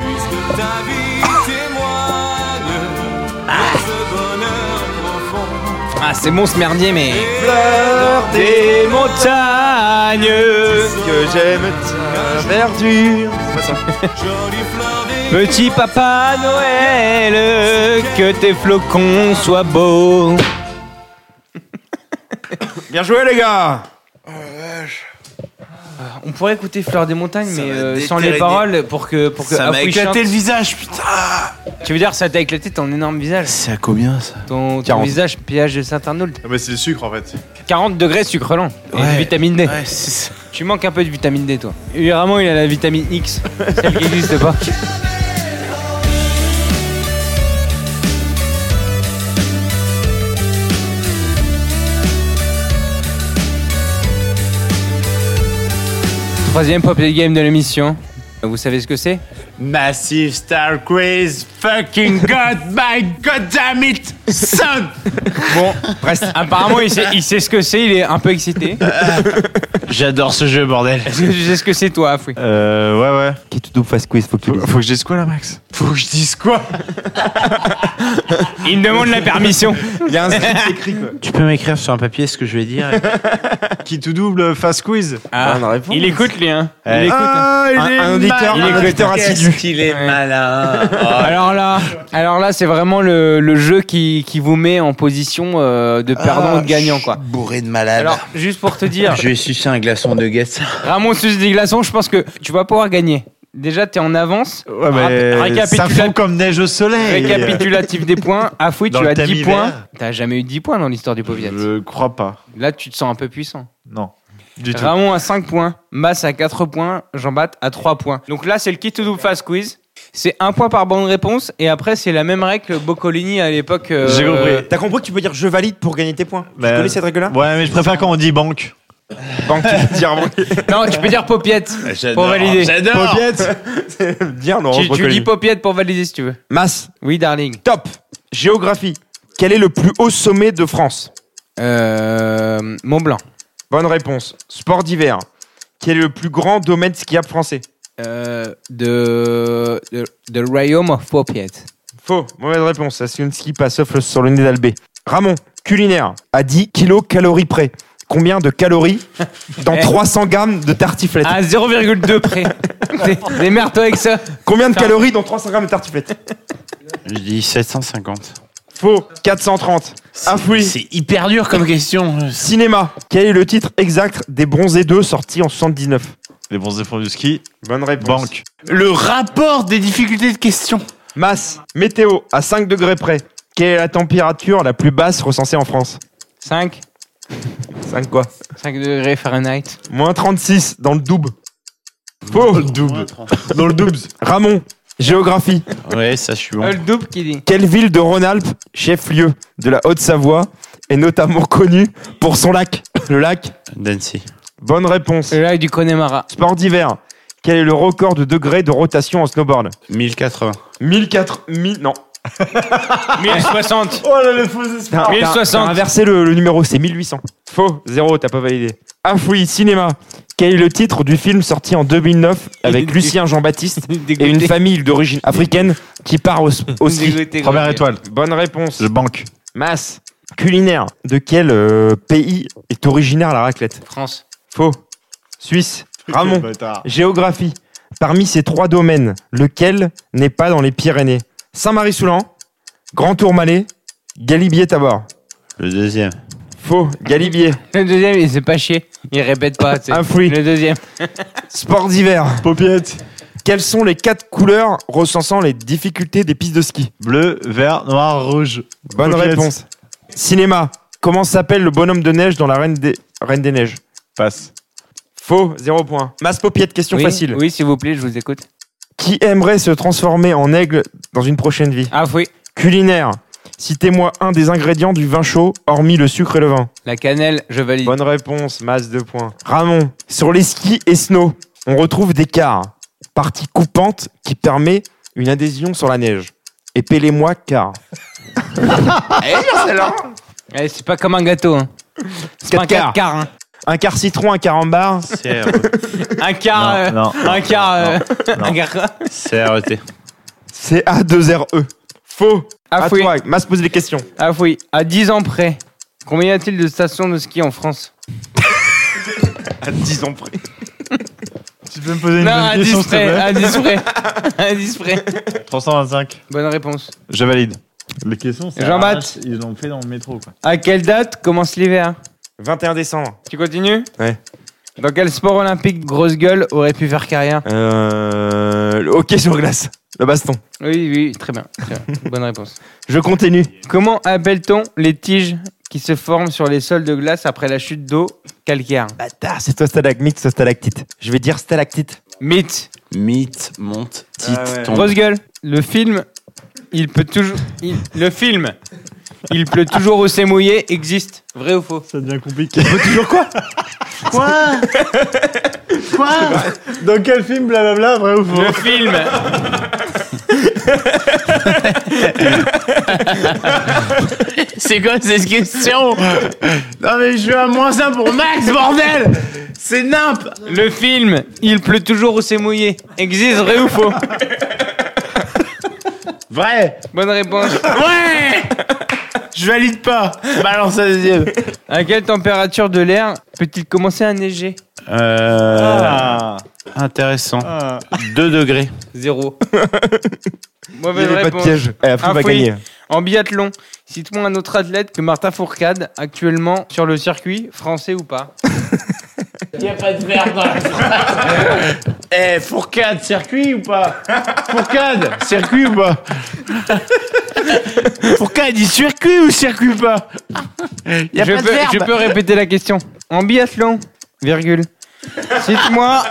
[SPEAKER 12] Puisque Ta vie témoigne de ce bonheur profond.
[SPEAKER 4] Ah, c'est bon ce merdier, mais.
[SPEAKER 12] Fleur
[SPEAKER 4] des montagnes que j'aime ta verdure.
[SPEAKER 3] Petit papa Noël, que tes flocons soient beaux.
[SPEAKER 4] Bien joué, les gars
[SPEAKER 3] On pourrait écouter Fleur des Montagnes, mais euh,
[SPEAKER 2] m'a
[SPEAKER 3] sans les
[SPEAKER 2] déterriné.
[SPEAKER 3] paroles pour que. Pour que
[SPEAKER 2] Ça m'a
[SPEAKER 3] Afoui
[SPEAKER 2] éclaté
[SPEAKER 3] chante.
[SPEAKER 2] le visage, putain.
[SPEAKER 3] Tu veux dire, ça t'a éclaté ton énorme visage C'est
[SPEAKER 2] à combien ça
[SPEAKER 3] Ton, ton
[SPEAKER 2] 40.
[SPEAKER 3] visage pillage de Saint-Arnould.
[SPEAKER 1] Ah bah c'est le sucre en fait.
[SPEAKER 3] 40 degrés sucre lent. Et
[SPEAKER 1] Ouais.
[SPEAKER 3] vitamine D. Tu manques un peu de vitamine D, toi. Et vraiment, il a la vitamine X, celle qui n'existe pas. Troisième pop game de l'émission. Vous savez ce que c'est
[SPEAKER 2] Massive Star Quiz, fucking God, my God damn it, son.
[SPEAKER 3] Bon, Brest, apparemment, il sait, il sait ce que c'est, il est un peu excité.
[SPEAKER 2] J'adore ce jeu, bordel.
[SPEAKER 3] Est-ce que tu sais ce que c'est, toi, Afoui
[SPEAKER 10] Euh, ouais, ouais. Qui tout double face quiz, faut que tu. Faut que je dise quoi là, Max
[SPEAKER 2] Faut que je dise quoi
[SPEAKER 3] Il me demande la permission.
[SPEAKER 10] Il y a un script écrit quoi.
[SPEAKER 2] Tu peux m'écrire sur un papier ce que je vais dire et-
[SPEAKER 10] Qui tout double face quiz
[SPEAKER 3] Ah, Il écoute, lui, hein. Il
[SPEAKER 2] Eh.
[SPEAKER 3] écoute. hein.
[SPEAKER 2] Ah, il est mal-
[SPEAKER 3] il
[SPEAKER 2] un
[SPEAKER 3] écoute.
[SPEAKER 2] auditeur assidu. Qu'est-ce qu'il est malin. Oh.
[SPEAKER 3] Alors là, alors là, c'est vraiment le, le jeu qui, qui vous met en position euh, de perdant
[SPEAKER 2] Ah,
[SPEAKER 3] ou de gagnant, quoi.
[SPEAKER 2] Bourré de malade.
[SPEAKER 3] Alors, juste pour te dire,
[SPEAKER 2] Je vais sucer un glaçon de guest.
[SPEAKER 3] Ramon suce des glaçons, je pense que tu vas pouvoir gagner. Déjà, t'es en avance.
[SPEAKER 10] Ouais, mais
[SPEAKER 3] Rap-
[SPEAKER 10] ça
[SPEAKER 3] récapitula-
[SPEAKER 10] fond comme neige au soleil.
[SPEAKER 3] Récapitulatif des points. Afoui,
[SPEAKER 10] Dans
[SPEAKER 3] tu
[SPEAKER 10] le
[SPEAKER 3] as
[SPEAKER 10] thème
[SPEAKER 3] 10
[SPEAKER 10] hiver.
[SPEAKER 3] points. T'as jamais eu 10 points dans l'histoire du Poviat.
[SPEAKER 10] Je crois pas.
[SPEAKER 3] Là, tu te sens un peu puissant.
[SPEAKER 10] Non. Du tout.
[SPEAKER 3] Ramon à 5 points, Mass à 4 points, Jean-Bat à 3 points. Donc là, c'est le kit to do fast quiz. C'est un point par bonne réponse et après, c'est la même règle que Boccolini à l'époque. euh,
[SPEAKER 10] J'ai compris.
[SPEAKER 4] T'as compris que tu peux dire je valide pour gagner tes points
[SPEAKER 10] Mais-
[SPEAKER 4] Tu connais cette règle-là
[SPEAKER 10] Ouais, mais je préfère quand on dit banque.
[SPEAKER 4] Banque, dire
[SPEAKER 3] Non, tu peux dire Popiette pour valider.
[SPEAKER 4] Popiette Bien, non,
[SPEAKER 3] Tu, tu dis Popiette pour valider si tu veux.
[SPEAKER 4] Masse.
[SPEAKER 3] Oui, darling.
[SPEAKER 4] Top Géographie. Quel est le plus haut sommet de France
[SPEAKER 3] Euh, Mont Blanc.
[SPEAKER 4] Bonne réponse. Sport d'hiver. Quel est le plus grand domaine skiable français
[SPEAKER 3] Euh, de, de, de Royaume of Popiette.
[SPEAKER 4] Faux. Mauvaise réponse. Ça se ski pas, sauf sur le nez d'Albé. Ramon, culinaire. À 10 kilocalories près. Combien de calories dans
[SPEAKER 3] Eh.
[SPEAKER 4] 300 grammes de tartiflette
[SPEAKER 3] À 0,2 près. Dé- Démerde-toi avec ça.
[SPEAKER 4] Combien de
[SPEAKER 3] Enfin-
[SPEAKER 4] calories dans 300 grammes de tartiflette
[SPEAKER 2] Je dis 750.
[SPEAKER 4] Faux. 430. Afoui.
[SPEAKER 2] C'est hyper dur comme question.
[SPEAKER 4] Cinéma. Quel est le titre exact des Bronzés 2 sortis en 79
[SPEAKER 10] Les bons efforts du ski,
[SPEAKER 4] Bonne réponse.
[SPEAKER 10] banque.
[SPEAKER 2] Le rapport des difficultés de question.
[SPEAKER 4] Masse. Météo. À 5 degrés près. Quelle est la température la plus basse recensée en France
[SPEAKER 3] 5,
[SPEAKER 4] 5 quoi
[SPEAKER 3] 5 degrés Fahrenheit.
[SPEAKER 4] Moins 36 dans le double. Faux.
[SPEAKER 10] Double. Dans le double.
[SPEAKER 4] Ramon. Géographie.
[SPEAKER 2] Ouais, ça, je suis bon.
[SPEAKER 3] Euh, le double qui dit.
[SPEAKER 4] Quelle ville de Rhône-Alpes, chef-lieu de la Haute-Savoie, est notamment connue pour son lac Le lac
[SPEAKER 2] Dancy.
[SPEAKER 4] Bonne réponse.
[SPEAKER 3] Le lac du Connemara.
[SPEAKER 4] Sport d'hiver. Quel est le record de degrés de rotation en snowboard
[SPEAKER 2] 1080.
[SPEAKER 4] 1004 1000 non.
[SPEAKER 3] 1060.
[SPEAKER 10] Oh là, le faux espoir.
[SPEAKER 4] T'as- t'as-
[SPEAKER 3] 1060.
[SPEAKER 4] t'as inversé le, le numéro, c'est 1800. Faux, zéro, t'as pas validé. Afoui, cinéma. Quel est le titre du film sorti en 2009 avec
[SPEAKER 3] Dégoûté.
[SPEAKER 4] Lucien Jean-Baptiste et une famille d'origine africaine qui part au, au ski
[SPEAKER 10] Première étoile.
[SPEAKER 4] Bonne réponse.
[SPEAKER 10] Je banque.
[SPEAKER 4] Masse. Culinaire. De quel euh, pays est originaire la raclette
[SPEAKER 3] France.
[SPEAKER 4] Faux. Suisse. Ramon.
[SPEAKER 1] Bâtard.
[SPEAKER 4] Géographie. Parmi ces trois domaines, lequel n'est pas dans les Pyrénées Saint-Marie-Soulan, Grand Tourmalet, Galibier-Tabor.
[SPEAKER 2] Le deuxième.
[SPEAKER 4] Faux. Galibier.
[SPEAKER 3] Le deuxième, il s'est pas chier. Il répète pas. tu sais.
[SPEAKER 4] Un fruit.
[SPEAKER 3] Le deuxième.
[SPEAKER 4] Sport d'hiver.
[SPEAKER 10] Paupiette.
[SPEAKER 4] Quelles sont les quatre couleurs recensant les difficultés des pistes de ski
[SPEAKER 10] Bleu, vert, noir, rouge.
[SPEAKER 4] Bonne
[SPEAKER 10] Paupiette.
[SPEAKER 4] réponse. Cinéma. Comment s'appelle le bonhomme de neige dans la Reine des, Reine des Neiges
[SPEAKER 10] Passe.
[SPEAKER 4] Faux, zéro point. Masse paupiette, question
[SPEAKER 3] oui,
[SPEAKER 4] facile.
[SPEAKER 3] Oui, s'il vous plaît, je vous écoute.
[SPEAKER 4] Qui aimerait se transformer en aigle dans une prochaine vie
[SPEAKER 3] Ah oui.
[SPEAKER 4] Culinaire. Citez-moi un des ingrédients du vin chaud, hormis le sucre et le vin.
[SPEAKER 3] La cannelle, je valide.
[SPEAKER 4] Bonne réponse, masse de points. Ramon, sur les skis et snow, on retrouve des cars, partie coupante qui permet une adhésion sur la neige. Épelez-moi car.
[SPEAKER 3] Eh, c'est pas comme un gâteau. Hein. C'est pas un 4
[SPEAKER 4] Quatre quarts.
[SPEAKER 3] quarts. Hein.
[SPEAKER 4] Un quart citron, un carambar.
[SPEAKER 2] C'est
[SPEAKER 3] Un quart. euh,
[SPEAKER 10] Non, non.
[SPEAKER 3] un quart. euh,
[SPEAKER 10] non.
[SPEAKER 3] un quart.
[SPEAKER 2] C'est RET.
[SPEAKER 4] C'est A2RE. Faux. E. À
[SPEAKER 3] Afoui.
[SPEAKER 4] toi, Mass pose les questions.
[SPEAKER 3] Ah oui, à 10 ans près, combien y a-t-il de stations de ski en France
[SPEAKER 4] À 10 ans près.
[SPEAKER 1] Tu peux me poser une
[SPEAKER 3] Non,
[SPEAKER 1] bonne
[SPEAKER 3] à 10
[SPEAKER 1] question, s'il te
[SPEAKER 3] près,
[SPEAKER 1] plaît
[SPEAKER 3] à 10 près. À 10 près.
[SPEAKER 1] 325.
[SPEAKER 3] Bonne réponse.
[SPEAKER 10] Je valide.
[SPEAKER 1] Les questions, c'est.
[SPEAKER 3] Jean-Baptiste.
[SPEAKER 1] Ils l'ont fait dans le métro, quoi.
[SPEAKER 3] À quelle date commence l'hiver
[SPEAKER 4] 21 décembre.
[SPEAKER 3] Tu continues
[SPEAKER 4] Ouais.
[SPEAKER 3] Dans quel sport olympique grosse gueule aurait pu faire carrière
[SPEAKER 4] Euh, le hockey sur glace. Le baston.
[SPEAKER 3] Oui, oui, très bien. très bien. Bonne réponse.
[SPEAKER 4] Je continue.
[SPEAKER 3] Comment appelle-t-on les tiges qui se forment sur les sols de glace après la chute d'eau calcaire
[SPEAKER 4] Bâtard, c'est toi stalagmite, soit stalactite. Je vais dire stalactite.
[SPEAKER 3] Mythe.
[SPEAKER 2] Mythe, monte, titre, tombe.
[SPEAKER 3] Grosse gueule. Le film, il peut toujours. il- Le film, il pleut toujours au c'est mouillé, existe. Vrai ou faux
[SPEAKER 1] Ça devient compliqué. Il faut toujours quoi Quoi Quoi Dans quel film, blablabla, vrai ou faux
[SPEAKER 3] Le film
[SPEAKER 2] C'est quoi cette question
[SPEAKER 13] Non mais je suis à moins 1 pour Max, bordel C'est nimp
[SPEAKER 3] Le film, il pleut toujours au c'est mouillé, existe. Vrai ou faux
[SPEAKER 13] Vrai
[SPEAKER 3] Bonne réponse.
[SPEAKER 13] Ouais Je valide pas Balance la deuxième
[SPEAKER 3] À quelle température de l'air peut-il commencer à neiger
[SPEAKER 2] Euh,
[SPEAKER 1] Ah.
[SPEAKER 2] Intéressant.
[SPEAKER 1] Ah.
[SPEAKER 2] 2 degrés.
[SPEAKER 3] Zéro.
[SPEAKER 4] Il
[SPEAKER 3] Mauvaise
[SPEAKER 4] y avait pas de
[SPEAKER 3] réponse.
[SPEAKER 4] piège. Eh, Afri
[SPEAKER 3] Un
[SPEAKER 4] va
[SPEAKER 3] fruit.
[SPEAKER 4] gagner.
[SPEAKER 3] En biathlon, cite-moi un autre athlète que Martin Fourcade, actuellement sur le circuit, français ou pas.
[SPEAKER 13] Il a pas de merde dans la phrase. Eh, Fourcade, circuit ou pas Fourcade, circuit ou pas Fourcade, il circuit ou circuit pas Il a
[SPEAKER 3] je,
[SPEAKER 13] pas de
[SPEAKER 3] peux,
[SPEAKER 13] verbe.
[SPEAKER 3] je peux répéter la question. En biathlon, virgule. Cite-moi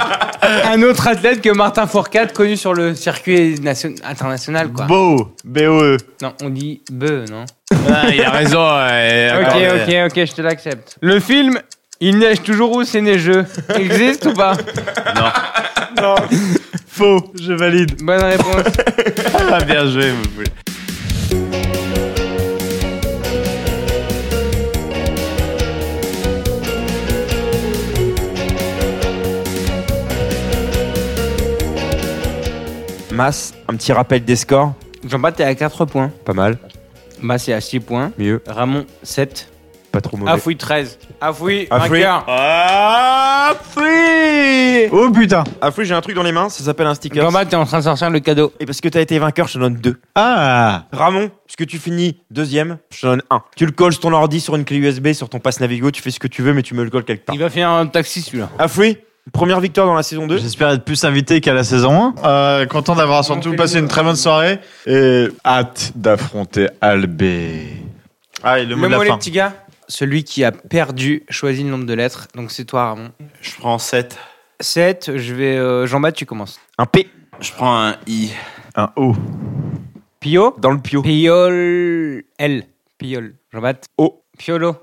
[SPEAKER 3] un autre athlète que Martin Fourcade, connu sur le circuit nation- international. Quoi.
[SPEAKER 13] Beau,
[SPEAKER 1] E.
[SPEAKER 13] BOE.
[SPEAKER 3] Non, on dit beu, non
[SPEAKER 2] Ah, il a raison.
[SPEAKER 4] Ah,
[SPEAKER 2] euh,
[SPEAKER 3] Ok,
[SPEAKER 2] attendez.
[SPEAKER 3] ok, ok, je te l'accepte. Le film, il neige toujours où c'est neigeux, existe ou pas
[SPEAKER 1] Non. Faux, je valide.
[SPEAKER 3] Bonne réponse.
[SPEAKER 2] Ah, bien joué, vous voulez.
[SPEAKER 4] Mass, un petit rappel des scores.
[SPEAKER 3] Jean-Baptiste est à 4 points.
[SPEAKER 4] Pas mal.
[SPEAKER 3] Bah, c'est à 6 points.
[SPEAKER 4] Mieux.
[SPEAKER 3] Ramon, 7.
[SPEAKER 4] Pas trop mauvais.
[SPEAKER 3] Afoui, 13. Afoui,
[SPEAKER 4] Afoui.
[SPEAKER 3] vainqueur.
[SPEAKER 1] Ah.
[SPEAKER 4] Afri
[SPEAKER 1] Oh putain
[SPEAKER 4] Afri, j'ai un truc dans les mains, ça s'appelle un sticker.
[SPEAKER 3] Jean-Baptiste est en train de sortir le cadeau.
[SPEAKER 4] Et parce que t'as été vainqueur, je te donne deux.
[SPEAKER 1] Ah
[SPEAKER 4] Ramon, puisque tu finis deuxième, je te donne un. Tu le colles sur ton ordi, sur une clé USB, sur ton passe Navigo, tu fais ce que tu veux, mais tu me le colles quelque part.
[SPEAKER 3] Il va finir en taxi, celui-là.
[SPEAKER 4] Afri, première victoire dans la saison 2.
[SPEAKER 10] J'espère être plus invité qu'à la saison 1.
[SPEAKER 1] Euh, content d'avoir surtout passé une très bonne soirée et hâte d'affronter Albé. Ah, et le mot de la fin.
[SPEAKER 3] petits gars. Celui qui a perdu choisit le nombre de lettres. Donc c'est toi, Ramon.
[SPEAKER 2] Je prends 7.
[SPEAKER 3] 7, je vais. euh, Jean-Baptiste, tu commences.
[SPEAKER 4] Un P.
[SPEAKER 2] Je prends un I.
[SPEAKER 1] Un O.
[SPEAKER 3] Pio.
[SPEAKER 4] Dans le pio.
[SPEAKER 3] Piol. L. Piol. Jean-Baptiste.
[SPEAKER 4] O.
[SPEAKER 3] Piolo.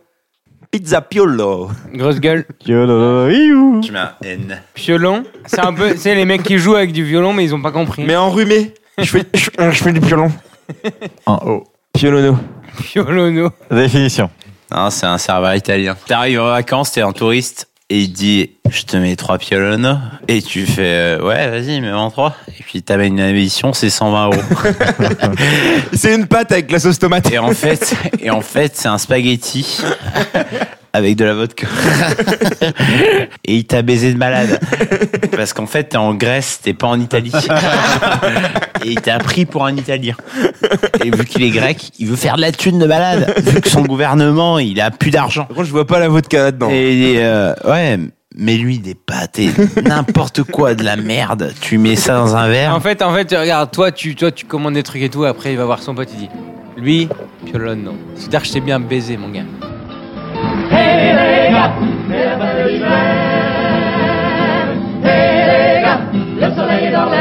[SPEAKER 4] Pizza Piolo.
[SPEAKER 3] Grosse gueule.
[SPEAKER 2] Je mets un N.
[SPEAKER 3] Piolon. C'est un peu. C'est les mecs qui jouent avec du violon, mais ils ont pas compris.
[SPEAKER 4] Mais enrhumé. Je fais, je, je fais du piolon.
[SPEAKER 1] Un O.
[SPEAKER 4] Piolono.
[SPEAKER 3] Piolono.
[SPEAKER 1] Définition.
[SPEAKER 2] Non, c'est un serveur italien. T'arrives en vacances, t'es un touriste, et il te dit Je te mets 3 piolono. Et tu fais euh, Ouais, vas-y, mets-en 3. Et puis t'amènes une émission, c'est 120 euros.
[SPEAKER 4] C'est une pâte avec la sauce tomate.
[SPEAKER 2] Et en fait, et en fait c'est un spaghetti avec de la vodka. Et il t'a baisé de malade. Parce qu'en fait, t'es en Grèce, t'es pas en Italie. Et il t'a pris pour un Italien. Et vu qu'il est grec, il veut faire de la thune de malade. Vu que son gouvernement, il a plus d'argent.
[SPEAKER 4] Par contre, je vois pas la vodka là-dedans.
[SPEAKER 2] Et euh, ouais, mais lui des pâtes et n'importe quoi de la merde. Tu mets ça dans un verre.
[SPEAKER 3] En fait, en fait, regarde, toi tu, toi, tu commandes des trucs et tout. Après, il va voir son pote, il dit Lui, Piolon, non. C'est-à-dire que je t'ai bien baisé, mon gars.
[SPEAKER 8] Le soleil est dans l'air.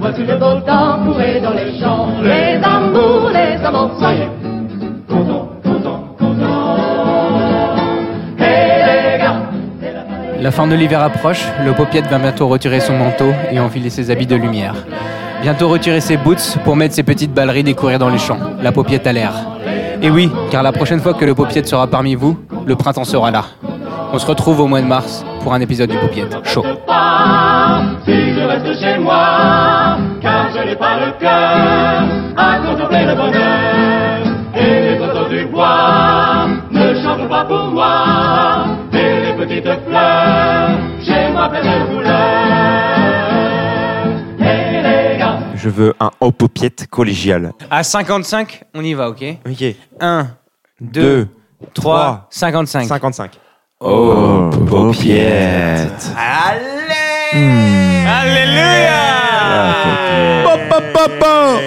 [SPEAKER 8] Voici le beau temps courir dans les champs. Les amours, les amants, soyez contents, contents, contents. Hey les gars!
[SPEAKER 3] La fin de l'hiver approche, le paupiette va bientôt retirer son manteau et enfiler ses habits de lumière. Bientôt retirer ses boots pour mettre ses petites ballerines et courir dans les champs. La paupiette a l'air. Et oui, car la prochaine fois que le paupiette sera parmi vous, le printemps sera là. On se retrouve au mois de mars pour un épisode du paupiette chaud.
[SPEAKER 8] pas, si je reste chez moi,
[SPEAKER 12] et par le cœur à contempler le bonheur. Et les oiseaux du bois ne chantent pas pour moi. Et les petites fleurs, j'ai moi plein de couleurs. Et les gars,
[SPEAKER 4] Je veux un haut paupiette collégial.
[SPEAKER 3] À 55, on y va, ok
[SPEAKER 4] Ok.
[SPEAKER 3] 1, 2, 3,
[SPEAKER 4] trois,
[SPEAKER 3] 55.
[SPEAKER 4] 55.
[SPEAKER 3] Oh,
[SPEAKER 4] paupiette.
[SPEAKER 3] Alléluia
[SPEAKER 4] Pop, pop, pop, pop.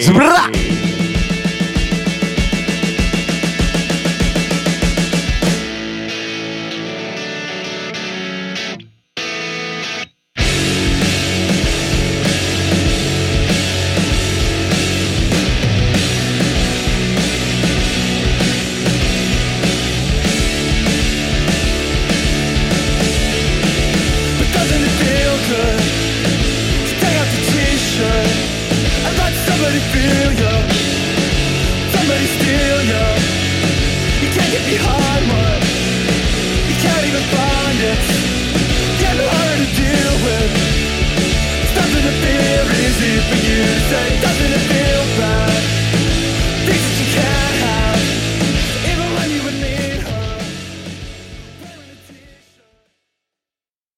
[SPEAKER 4] Zbra.